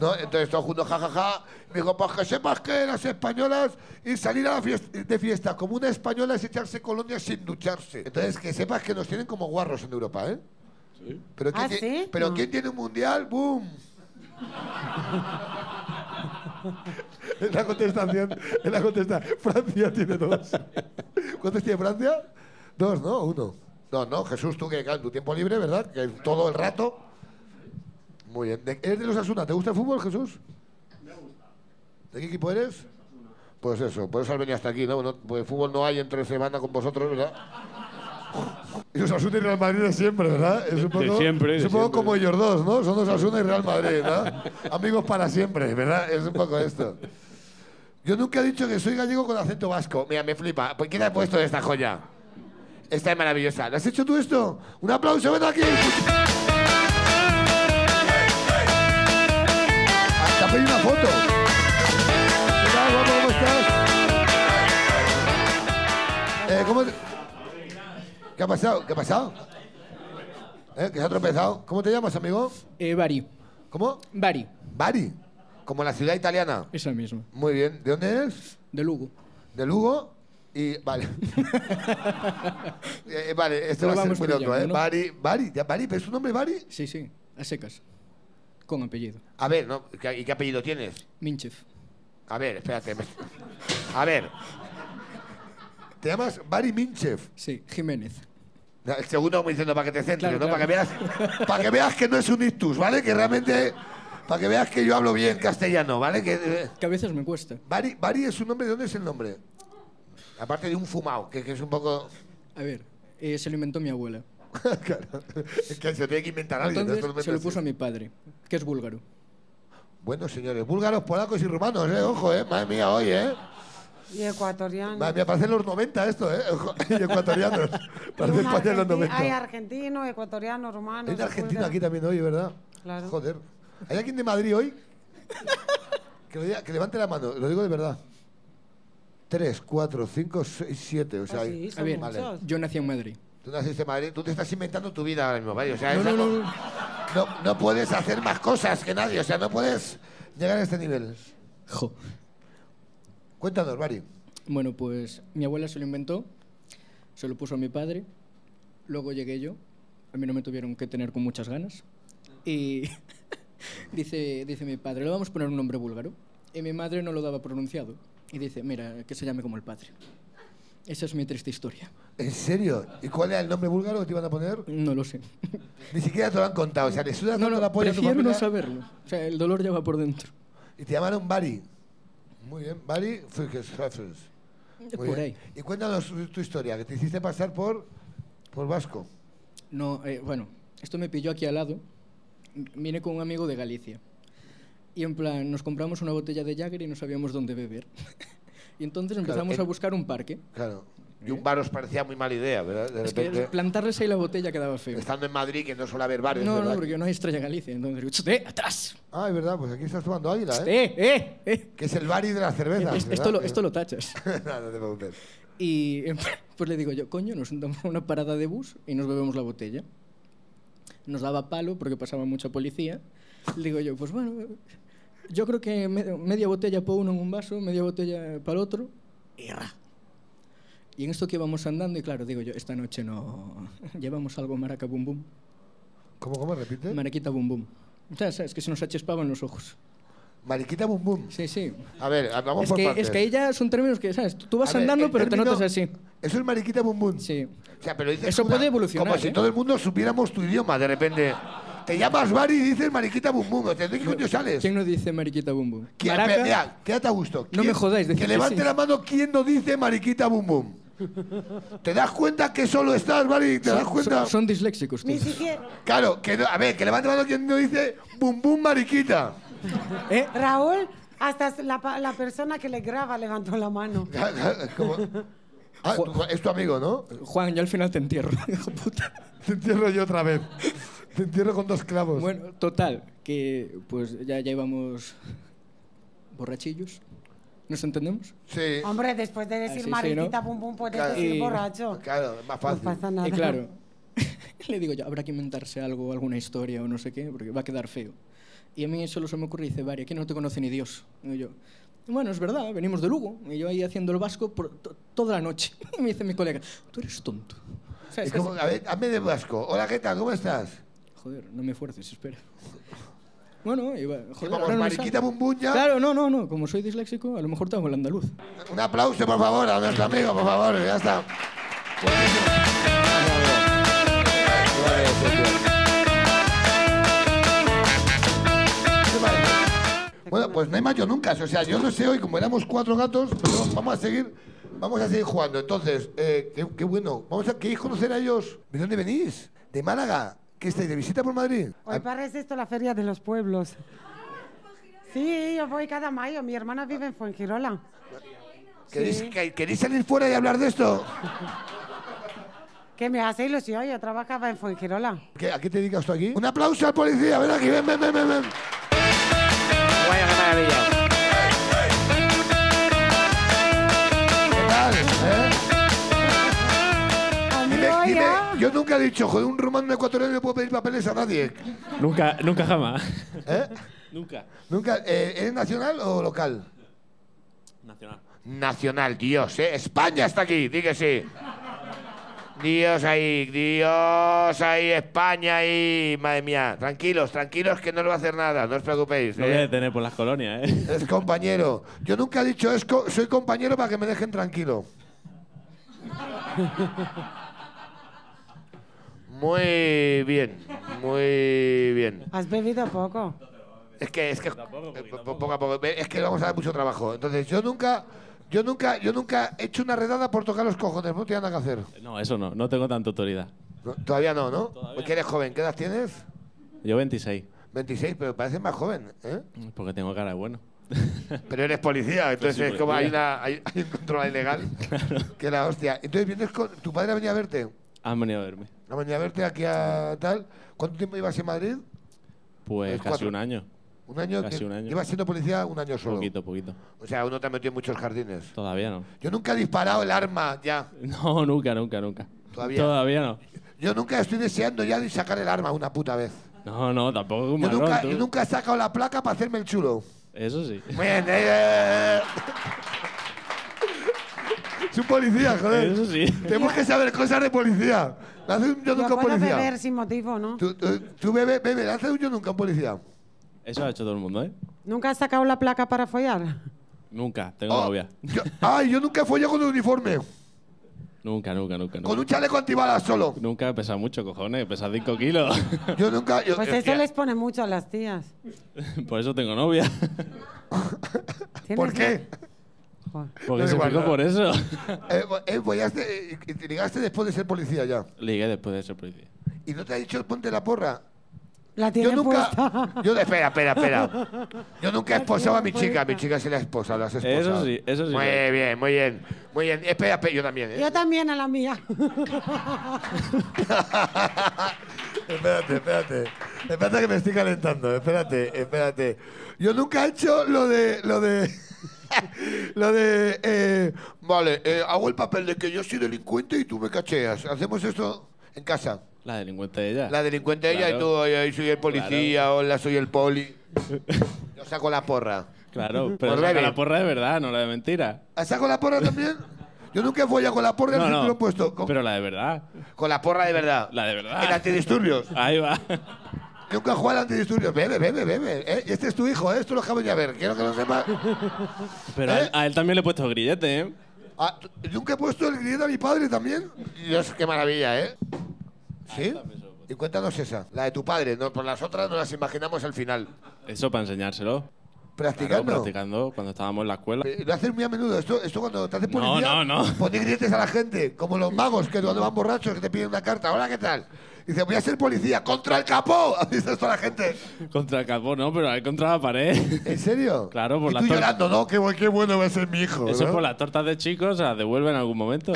¿no? Entonces todos juntos, jajaja, ja, ja. Me dijo, pues que sepas que las españolas y salir a la fies- de fiesta como una española es echarse colonia sin ducharse. Entonces que sepas que nos tienen como guarros en Europa, ¿eh? Pero ¿quién, ¿Ah, tie- sí? pero No. ¿quién tiene un mundial? ¡Boom! es la contestación. Es la contestación. Francia tiene dos. ¿Cuántos tiene Francia? Dos, ¿no? Uno. No, no, Jesús, tú que claro, en tu tiempo libre, ¿verdad? Que todo el rato. Muy bien. De- ¿Eres de los Asuna? ¿Te gusta el fútbol, Jesús? Me gusta. ¿De qué equipo eres? Pues eso, por eso has venido hasta aquí, ¿no? No- Porque fútbol no hay entre semana con vosotros, ¿verdad? Y los Asuna y Real Madrid de siempre, ¿verdad? Es un poco, siempre, es de un poco siempre. como ellos dos, ¿no? Son los Asuna y Real Madrid, ¿verdad? Amigos para siempre, ¿verdad? Es un poco esto. Yo nunca he dicho que soy gallego con acento vasco. Mira, me flipa. ¿Por ¿Quién ha puesto esta joya? Esta es maravillosa. ¿Lo has hecho tú esto? Un aplauso, ven aquí. Hasta pedí una foto. ¿Qué tal, guapo? ¿Cómo estás? Eh, ¿cómo te- ¿Qué ha pasado? ¿Qué ha pasado? ¿Eh? ¿Que se ha tropezado? ¿Cómo te llamas, amigo? Eh, Bari. ¿Cómo? Bari, Bari. Como la ciudad italiana. esa misma. Muy bien. ¿De dónde eres? De Lugo. de Lugo y vale. Eh, eh, vale, esto Lo va a ser vamos muy loco, pillando, ¿eh? ¿no? Bari, Bari, ya, Bari, ¿pero es un nombre Bari? Sí, sí, a secas. Con apellido. A ver, ¿no? ¿Qué- ¿y qué apellido tienes? Minchev. A ver, espérate. me- A ver. Te llamas Bari Minchev. Sí, Jiménez. No, El segundo como diciendo para que te centres, Claro, ¿no? Para que claro. veas, para que veas que no es un ictus, ¿vale? Que realmente, para que veas que yo hablo bien castellano, ¿vale? Que eh, Que a veces me cuesta. Bari, Bari es un nombre. ¿De dónde es el nombre? Aparte de un fumado, que- que es un poco. A ver, eh, se lo inventó mi abuela. Claro. Es que se lo tiene que inventar alguien. Entonces entonces se lo metes puso a así. mi padre, que es búlgaro. Bueno, señores, búlgaros, polacos y rumanos, ¿eh? Ojo, ¿eh? Madre mía, hoy, ¿eh? Y ecuatoriano. Madre mía, parecen los 90 esto, ¿eh? Ojo, y ecuatorianos. Parece Un España en los argenti- 90. Hay argentino, ecuatoriano, rumano. Hay un argentino aquí también. también hoy, ¿verdad? Claro. Joder. ¿Hay alguien de Madrid hoy? Que, lo diga- que levante la mano, lo digo de verdad. Tres, cuatro, cinco, seis, siete. O sea, hay- Ah, Sí, son A ver, muchos. yo nací en Madrid. tú naciste en Madrid, tú te estás inventando tu vida ahora mismo, ¿vale? O sea, No, es no, algo- no, no. no- no puedes hacer más cosas que nadie, o sea, no puedes llegar a este nivel. Jo. Cuéntanos, Mari. Bueno, pues mi abuela se lo inventó, se lo puso a mi padre, luego llegué yo, a mí no me tuvieron que tener con muchas ganas, y dice, dice mi padre, le vamos a poner un nombre búlgaro, y mi madre no lo daba pronunciado, y dice, mira, que se llame como el padre. Esa es mi triste historia, ¿En serio? ¿Y cuál era el nombre búlgaro que te iban a poner? no lo sé. Ni siquiera te lo han contado. O sea, le sudas No, tanto no, la polla a tu prefiero no familia saberlo, o sea, el dolor ya va por dentro, Y te llamaron Bari. Muy bien, Bari Frikeshafers. Muy por bien. ahí. Y cuéntanos tu, tu historia, que te hiciste pasar por, por Vasco. No, eh, bueno, esto me pilló aquí al lado. M- Vine con un amigo de Galicia. Y en plan, nos compramos una botella de Jagger y no sabíamos dónde beber. y entonces empezamos en- a buscar un parque. Claro. Y un bar os parecía muy mala idea, ¿verdad? De Es que repente, plantarles ahí la botella quedaba feo. estando en Madrid, que no suele haber bares, No, ¿verdad? no, porque no hay estrella Galicia. Entonces digo, ¡Chute, atrás! Ah, es verdad, pues aquí estás tomando águila, ¿eh? ¡Eh, eh, eh! Que es el Bari de las cervezas. Es- ¿verdad? esto, lo, esto lo tachas. no, no te preocupes. Y en plan, pues le digo yo, coño, nos sentamos a una parada de bus y nos bebemos la botella. Nos daba palo porque pasaba mucha policía. Le digo yo, pues bueno, yo creo que me- media botella para uno en un vaso, media botella para el otro. Y ra. Y en esto que íbamos andando, y claro, digo yo, esta noche no. Llevamos algo maraca bum bum, ¿Cómo, cómo? ¿Repite? maraquita bum bum. O sea, sabes que se nos achespaban los ojos. Mariquita bum bum. Sí, sí. A ver, vamos Es por que, partes. es que ahí ya son términos que, ¿sabes? Tú- Tú A vas ver, andando, el pero término- te notas así. Eso es mariquita bum bum. Sí. O sea, pero dices Eso una- puede evolucionar, Como si ¿eh? todo el mundo supiéramos tu idioma, de repente. Te llamas Bari y dices mariquita bum bum. O sea, ¿De qué coño sales? ¿Quién no dice mariquita bum bum? ¿Quién- Maraca, Mira, mira, quédate a gusto. No ¿Quién- me jodáis, decid Que que levante sí. la mano quien no dice mariquita bum bum. ¿Te das cuenta que solo estás, Bari? ¿Te das cuenta? son, son disléxicos, Ni tíos. siquiera. Claro, que no- a ver, que levante la mano quien no dice bum bum mariquita. ¿Eh? Raúl, hasta la, pa- la persona que le graba levantó la mano. Como- Ah, tú- es tu amigo, ¿no? Juan, yo al final te entierro, hijo puta. Te entierro yo otra vez. Te entierro con dos clavos. Bueno, total, que pues ya, ya íbamos borrachillos. ¿Nos entendemos? sí. Hombre, después de decir Ah, sí, sí, mariquita, ¿no? pum, pum, puedes Eh. Claro. decir Y- borracho. Claro, es más No fácil. pasa nada. Y claro, le digo yo, habrá que inventarse algo, alguna historia o no sé qué, porque va a quedar feo. Y a mí solo se me ocurre, dice, Varia, que no te conoce ni Dios. Y yo, bueno, es verdad, venimos de Lugo. Y yo ahí haciendo el vasco por to- toda la noche. Y me dice mi colega, tú eres tonto. O sea, Y es que- como- a ver, hazme de vasco. Hola, ¿qué tal? ¿Cómo estás? Joder, no me fuerces, espera. Bueno, iba, joder, Vamos, ahora no me mariquita sale. bumbuña. Claro, no, no, no, como soy disléxico, a lo mejor te hago el andaluz. Un aplauso, por favor, a nuestro amigo, por favor. Ya está. Bueno, pues no hay más yo nunca. O sea, yo no sé hoy, como éramos cuatro gatos, pero vamos a seguir, vamos a seguir jugando. Entonces, eh, qué, qué bueno. Vamos a, ¿Queréis conocer a ellos? ¿De dónde venís? ¿De Málaga? ¿Qué estáis? ¿De visita por Madrid? Hoy parece esto la Feria de los Pueblos. Sí, yo voy cada mayo. Mi hermana vive en Fuengirola. ¿Queréis, sí. que- ¿Queréis salir fuera y hablar de esto? Que me hace ilusión, yo trabajaba en Fuengirola. ¿Qué- ¿A qué te dedicas tú aquí? Un aplauso al policía, ven aquí, ven, ven, ven, ven. ven. Vaya, qué maravilla. ¿Qué tal? eh? Dime, Amigo, dime, ya. yo nunca he dicho, joder, un romano ecuatoriano no puedo pedir papeles a nadie. Nunca, nunca jamás. ¿eh? Nunca. Nunca, eh, ¿Eres nacional o local? Nacional. Nacional, Dios, ¿eh? España está aquí, di que sí. Dios ahí, Dios ahí, España ahí. Madre mía, tranquilos, tranquilos que no le va a hacer nada, no os preocupéis. Lo ¿eh? voy a detener por las colonias, ¿eh? Es compañero. Yo nunca he dicho, es co- soy compañero para que me dejen tranquilo. Muy bien, muy bien. Has bebido poco. Es que, es que, Tampoco, eh, poquito, po- tampoco. poco a poco, ve- Es que vamos a dar mucho trabajo. Entonces, yo nunca, yo nunca, yo nunca he hecho una redada por tocar los cojones, no tenía nada que hacer. No, eso no. No tengo tanta autoridad. No, todavía no, ¿no? Porque eres joven, ¿qué edad tienes? Yo 26, 26, pero pareces más joven, ¿eh? porque tengo cara de bueno. pero eres policía, entonces soy es como hay, policía. una, hay, hay un control ilegal. Que la hostia. Entonces vienes con. Tu padre ha venido a verte. Han venido a verme. Ha venido a verte aquí a tal. ¿Cuánto tiempo ibas en Madrid? Pues Es casi Eh, cuatro. un año. Un año. Casi que- un año. Ibas siendo policía un año solo. Poquito, poquito. O sea, uno te ha metido en muchos jardines. Todavía no. Yo nunca he disparado el arma ya. No, nunca, nunca, nunca. Todavía. no. Yo nunca estoy deseando ya de sacar el arma una puta vez. No, no, tampoco es un Yo marrón, nunca, tú. yo nunca he sacado la placa para hacerme el chulo. Eso sí. Muy bien, eh, eh. Es un policía, joder. Eso sí. Tenemos que saber cosas de policía. Me hace un yo Yo nunca puedo un policía. beber sin motivo, ¿no? Tú, tú, tú bebe, bebe, hace un yo nunca un policía. Eso ha hecho todo el mundo, ¿eh? ¿Nunca has sacado la placa para follar? Nunca, tengo Oh, novia. yo- ay, yo nunca fui yo con un uniforme. Nunca, nunca, nunca. Con nunca. un chaleco antibalas solo. Nunca he pesado mucho, cojones. He pesado 5 kilos. Yo nunca. yo- Pues yo- eso les pone mucho a las tías. Por eso tengo novia. ¿Por ¿Tienes- qué? Joder. Porque Da se igual, fijó no. por eso. Eh, eh, follaste, eh, y te ligaste después de ser policía ya. Ligué después de ser policía. Y no te ha dicho ponte la porra. La tiene Yo nunca. puesta. Yo, espera, espera, espera. Yo nunca he esposado a mi chica. Mi chica se la esposa, las esposas. Eso sí, eso sí. Muy bien, muy bien, muy bien. Espera, espera, yo también, ¿eh? Yo también a la mía. espérate, espérate. Espérate que me estoy calentando. Espérate, espérate. Yo nunca he hecho lo de. Lo de. lo de. eh, vale, eh, hago el papel de que yo soy delincuente y tú me cacheas. Hacemos eso en casa. La delincuente de ella. La delincuente ella y Claro. tú, oye, soy el policía, hola, soy el poli. Yo saco la porra. Claro, pero Por saca bebé. la porra de verdad, no la de mentira. ¿Ah, ¿Saco la porra también? Yo nunca he follado con la porra y el pues. No, cinturón no. puesto. Con, Pero la de verdad. con la porra de verdad. La de verdad. En antidisturbios. Ahí va. Nunca juega al antidisturbios. Bebe, bebe, bebe. ¿eh? Y este es tu hijo, ¿eh? esto lo acabo de ver. Quiero que lo sepas. Pero a ¿Eh? él, a él también le he puesto grillete, ¿eh? Ah, ¿Nunca he puesto el grillete a mi padre también? Dios, qué maravilla, ¿eh? ¿Sí? Y cuéntanos esa, la de tu padre. No, por las otras nos las imaginamos al final. Eso para enseñárselo. Claro, Practicando. practicando cuando estábamos en la escuela. Eh, Lo haces muy a menudo. Esto, esto cuando te haces No, policía, no, no. poner grilletes a la gente, como los magos que cuando van borrachos que te piden una carta. Hola, ¿qué tal? Dice, voy a ser policía contra el capó. Dice esto a la gente. Contra el capó, no, pero ahí contra la pared. ¿En serio? Claro, por y la tú torta. llorando, ¿no? Qué, bu- qué bueno va a ser mi hijo. Eso ¿no? por las tortas de chicos se las devuelve en algún momento.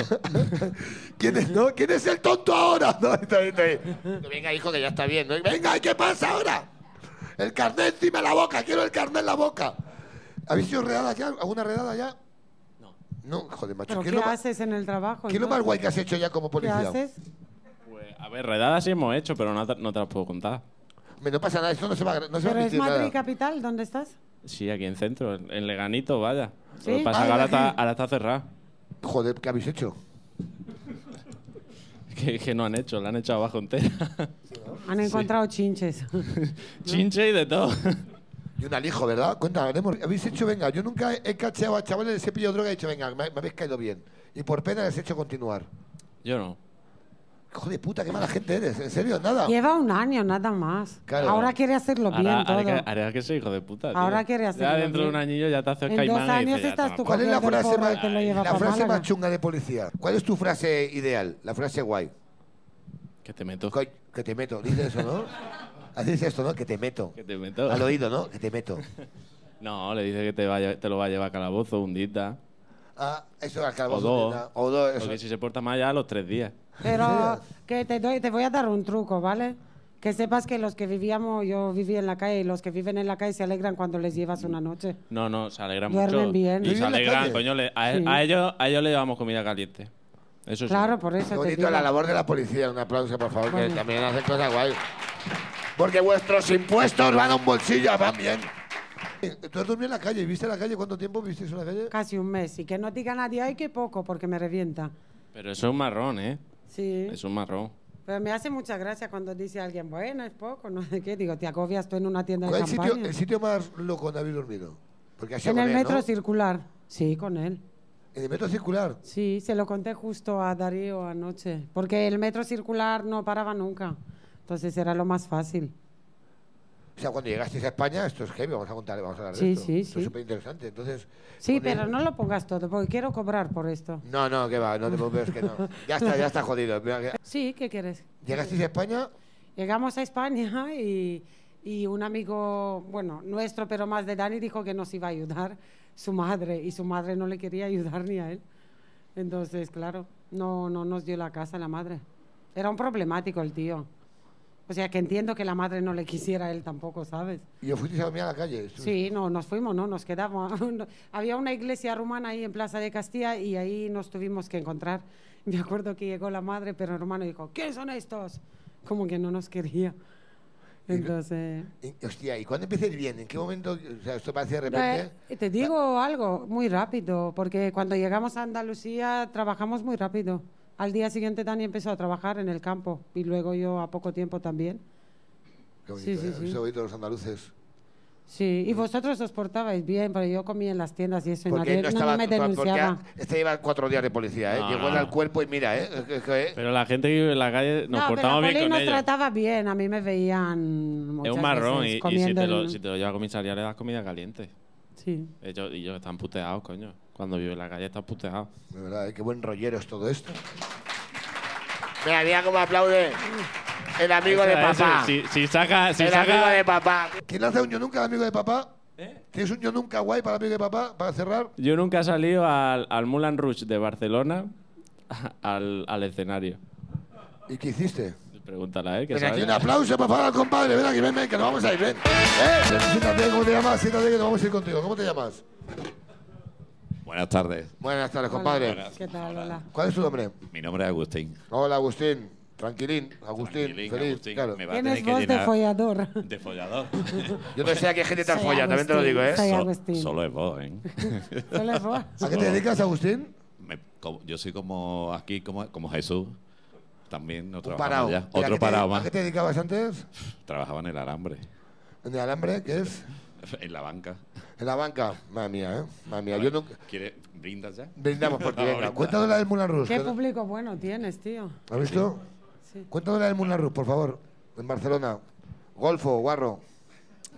¿Quién es, no? ¿Quién es el tonto ahora? No, está bien, está bien. Venga, hijo, que ya está bien. ¿no? Venga, ¿y ¿qué pasa ahora? El carnet encima de la boca, quiero el carnet en la boca. ¿Habéis sido redada ya? ¿Alguna redada ya? No. No, joder, macho. ¿Pero ¿Qué qué, es, lo más, haces en el trabajo? qué es lo más entonces? guay que has hecho ya como ¿Qué policía? haces? Pues, a ver, redadas sí hemos hecho, pero no, te- no te las puedo contar. Hombre, no pasa nada, esto no se va, a- no se va ¿Pero a es emitir Madrid nada. capital? ¿Dónde estás? Sí, aquí en centro, en en Leganito, vaya. ¿Sí? Lo que pasa es que Ah, ahora aquí. está, ahora está cerrada. Joder, ¿qué habéis hecho? Que, que no han hecho, la han hecho abajo entera. Han encontrado chinches. Chinche y de todo. Y un alijo, ¿verdad? Cuenta, haremos- habéis hecho, venga, yo nunca he he cacheado a chavales, les he pillado droga y he dicho, venga, me, me habéis caído bien. Y por pena les he hecho continuar. Yo no. Joder, puta, qué mala gente eres, en serio, nada. Lleva un año, nada más. Claro. Ahora quiere hacerlo Ahora, bien todo. ahora que, ahora que soy hijo de puta. tío. Ahora quiere hacerlo Ya dentro de bien. un añillo ya te haces En caimán dos y años dices, ya estás toma tú por- ¿Cuál es la Del frase, porro más, que lo lleva la pa' frase Málaga. más chunga de policía? ¿Cuál es tu frase ideal? La frase guay. Que te meto. Coño, que te meto. Dice eso, ¿no? Haces esto, ¿no? Que te meto. Que te meto. Al oído, ¿no? Que te meto. No, le dice que te, va a lle- te lo va a llevar a calabozo un dita. Ah, eso al O calabozo. dos. O dos, eso. Porque si se porta mal ya a los tres días. Pero que te, doy, te voy a dar un truco, ¿vale? Que sepas que los que vivíamos, yo viví en la calle, y los que viven en la calle se alegran cuando les llevas una noche. No, no, se alegran Duermen mucho. bien. Y Viven en se la alegran, calle. coño. le- a, Sí. a ellos, a ellos le llevamos comida caliente. Eso sí. Claro, por Qué eso te bonito digo. la labor de la policía. Un aplauso, por favor, que Bueno. también hacen cosas guay. Porque vuestros impuestos van a un bolsillo, van bien. ¿Tú has dormido en la calle? ¿Viste la calle? ¿Cuánto tiempo viste en la calle? Casi un mes. Y que no diga nadie, ay, qué poco, porque me revienta. Pero eso es un marrón, ¿eh? Sí. Es un marrón. Pero me hace mucha gracia cuando dice alguien, bueno, es poco, no sé qué. Digo, te agobias tú en una tienda de ¿Cuál es el campaña. sitio, el sitio más loco donde habéis dormido? Porque así en el metro ¿no? circular. Sí, con él. En el metro circular. Sí, se lo conté justo a Darío anoche. Porque el metro circular no paraba nunca. Entonces era lo más fácil. O sea, cuando llegasteis a España, esto es heavy, vamos a contar, vamos a hablar de Sí, esto. sí, Esto es sí. súper interesante. Entonces, Sí, poner- pero no lo pongas todo, porque quiero cobrar por esto. No, no, que va, no te preocupes, que no. Ya está, ya está jodido. Mira que- Sí, ¿qué quieres? Llegasteis a España, Llegamos a España y, y un amigo, bueno, nuestro, pero más de Dani, dijo que nos iba a ayudar su madre y su madre no le quería ayudar ni a él. Entonces, claro, no, no nos dio la casa la madre. Era un problemático el tío. O sea, que entiendo que la madre no le quisiera a él tampoco, ¿sabes? y os fuisteis a dormir a la calle. Esto- Sí, no, nos fuimos, no, nos quedamos. No, Había una iglesia rumana ahí en Plaza de Castilla y ahí nos tuvimos que encontrar. Me acuerdo que llegó la madre, pero el hermano dijo, ¿quién son estos? Como que no nos quería. Entonces, Y- hostia, ¿y cuándo empieza a ir bien? ¿En qué momento? O sea, esto parece de repente. eh, te digo algo muy rápido, porque cuando llegamos a Andalucía trabajamos muy rápido. Al día siguiente Dani empezó a trabajar en el campo y luego yo a poco tiempo también. Qué bonito, sí, sí, ¿eh? sí. Habéis oído los andaluces. Sí, y vosotros os portabais bien, pero yo comía en las tiendas y eso, y Porque nadie, él no estaba. nadie me porque denunciaba. este lleva cuatro días de policía, ¿eh? No, Llegó no. al cuerpo y mira, ¿eh? Es que- Pero la gente que vive en la calle nos no, portamos pero la bien poli con nos ellos. trataba bien, a mí me veían Es muchas un marrón veces y, y si, comiendo te lo, en- si te lo lleva a comisaría le das comida caliente. Sí. Ellos, ellos están puteados, coño. Cuando vive en la calle están puteados. De verdad, ¿eh? qué buen rollero es todo esto. Mira, mira cómo aplaude el amigo de Ese- papá. Si, si saca, si El amigo saca de papá. ¿Quién hace un yo nunca al amigo de papá? ¿Eh? ¿Tienes un yo nunca guay para el amigo de papá? Para cerrar. Yo nunca he salido al, al Moulin Rouge de Barcelona al, al escenario. ¿Y qué hiciste? Pregúntale a él, que Venga, aquí sabe. un aplauso, por favor, al compadre. Ven aquí, ven, ven, que nos vamos a ir, ven. Eh, siéntate, ¿cómo te llamas? Siéntate, que nos vamos a ir contigo. ¿Cómo te llamas? Buenas tardes. Buenas tardes, compadre. ¿Qué tal? Hola. ¿Cuál es tu nombre? Mi nombre es Agustín. Hola, Agustín. Tranquilín, Agustín, Tranquilín, feliz, Agustín. claro. Me va a tener Tienes que voz de llenar follador. de follador. Yo no sé a qué gente te has Soy follado, también te lo digo, Agustín, ¿eh? soy So- Agustín. solo es vos, ¿eh? Solo es voz. ¿A qué te dedicas, Agustín? Me- como- yo soy como aquí, como, como Jesús. También no trabajamos Parado. ya. ¿Y a qué Otro te- parado ¿A más. qué te dedicabas antes? Trabajaba en el alambre, ¿En el alambre? ¿Qué es? en la banca. En la banca. Madre mía, ¿eh? Madre mía. Yo nunca... ¿Quieres brindas ya? Brindamos por ti, No, venga. brinda. Cuéntanos la del Moulin Rouge. Qué que- público bueno tienes, tío. ¿Has visto? Sí. Cuéntanos la del Moulin Rouge, por favor. En Barcelona. Golfo, Guarro.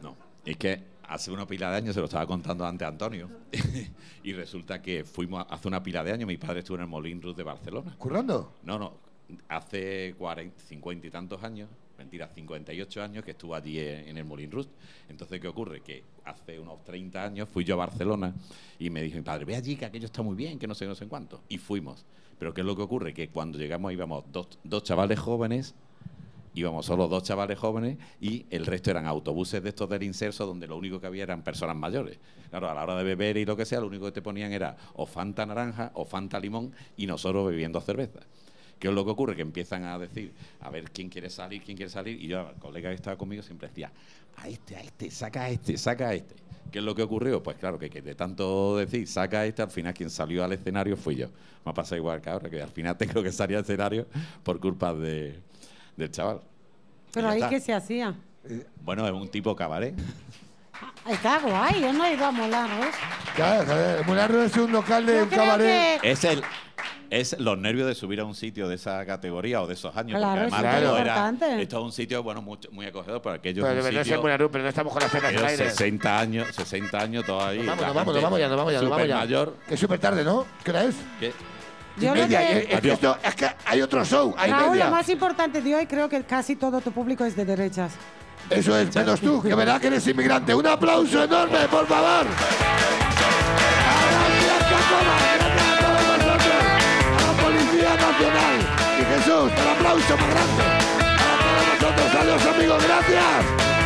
No, es que hace una pila de años se lo estaba contando ante Antonio y resulta que fuimos a- hace una pila de años, mi padre estuvo en el Molín Rus de Barcelona. ¿Currando? No, no, hace 40, 50 y tantos años, mentira, 58 años que estuvo allí en, en el Molín Rus. Entonces, ¿qué ocurre? Que hace unos 30 años fui yo a Barcelona y me dijo mi padre, ve allí que aquello está muy bien, que no sé, no sé en cuánto. Y fuimos. Pero ¿qué es lo que ocurre? Que cuando llegamos íbamos dos, dos chavales jóvenes íbamos solo dos chavales jóvenes y el resto eran autobuses de estos del inserso donde lo único que había eran personas mayores. Claro, a la hora de beber y lo que sea, lo único que te ponían era o Fanta naranja o Fanta limón y nosotros bebiendo cerveza. ¿Qué es lo que ocurre? Que empiezan a decir, a ver quién quiere salir, quién quiere salir. Y yo, al colega que estaba conmigo, siempre decía, a este, a este, saca a este, saca a este. ¿Qué es lo que ocurrió? Pues claro, que, que de tanto decir, saca a este, al final quien salió al escenario fui yo. Me ha pasado igual que ahora, que al final tengo que salir al escenario por culpa de, del chaval. Pero Ya ahí está. que se hacía. Eh. Bueno, es un tipo cabaret. Está guay, yo no he ido a molar, ¿eh? Claro, joder, el Moulin Rouge es un local de Yo un creo cabaret. que- Es el es los nervios de subir a un sitio de esa categoría o de esos años. Claro, porque eso es además todo era, importante. esto es un sitio bueno mucho- muy acogedor para aquellos Pero no es el Moulin Rouge, pero no estamos con las cenas al aire. 60 años, 60 años todo ahí. Vamos, la nos vamos, gente nos vamos ya, nos vamos ya, nos vamos ya. supermayor, Que es súper tarde, ¿no? ¿Qué hora es? que- Yo Y lo media, que- y es- es, que Adiós. esto- es que hay otro show, hay Raúl, lo media. más importante de hoy creo que casi todo tu público es de derechas. Eso es, menos tú, que verás que eres inmigrante. Un aplauso enorme, por favor. Gracias, Cacola, gracias a todos vosotros, a la Policía Nacional. Y Jesús, el aplauso más grande. Para todos vosotros, adiós amigos, gracias.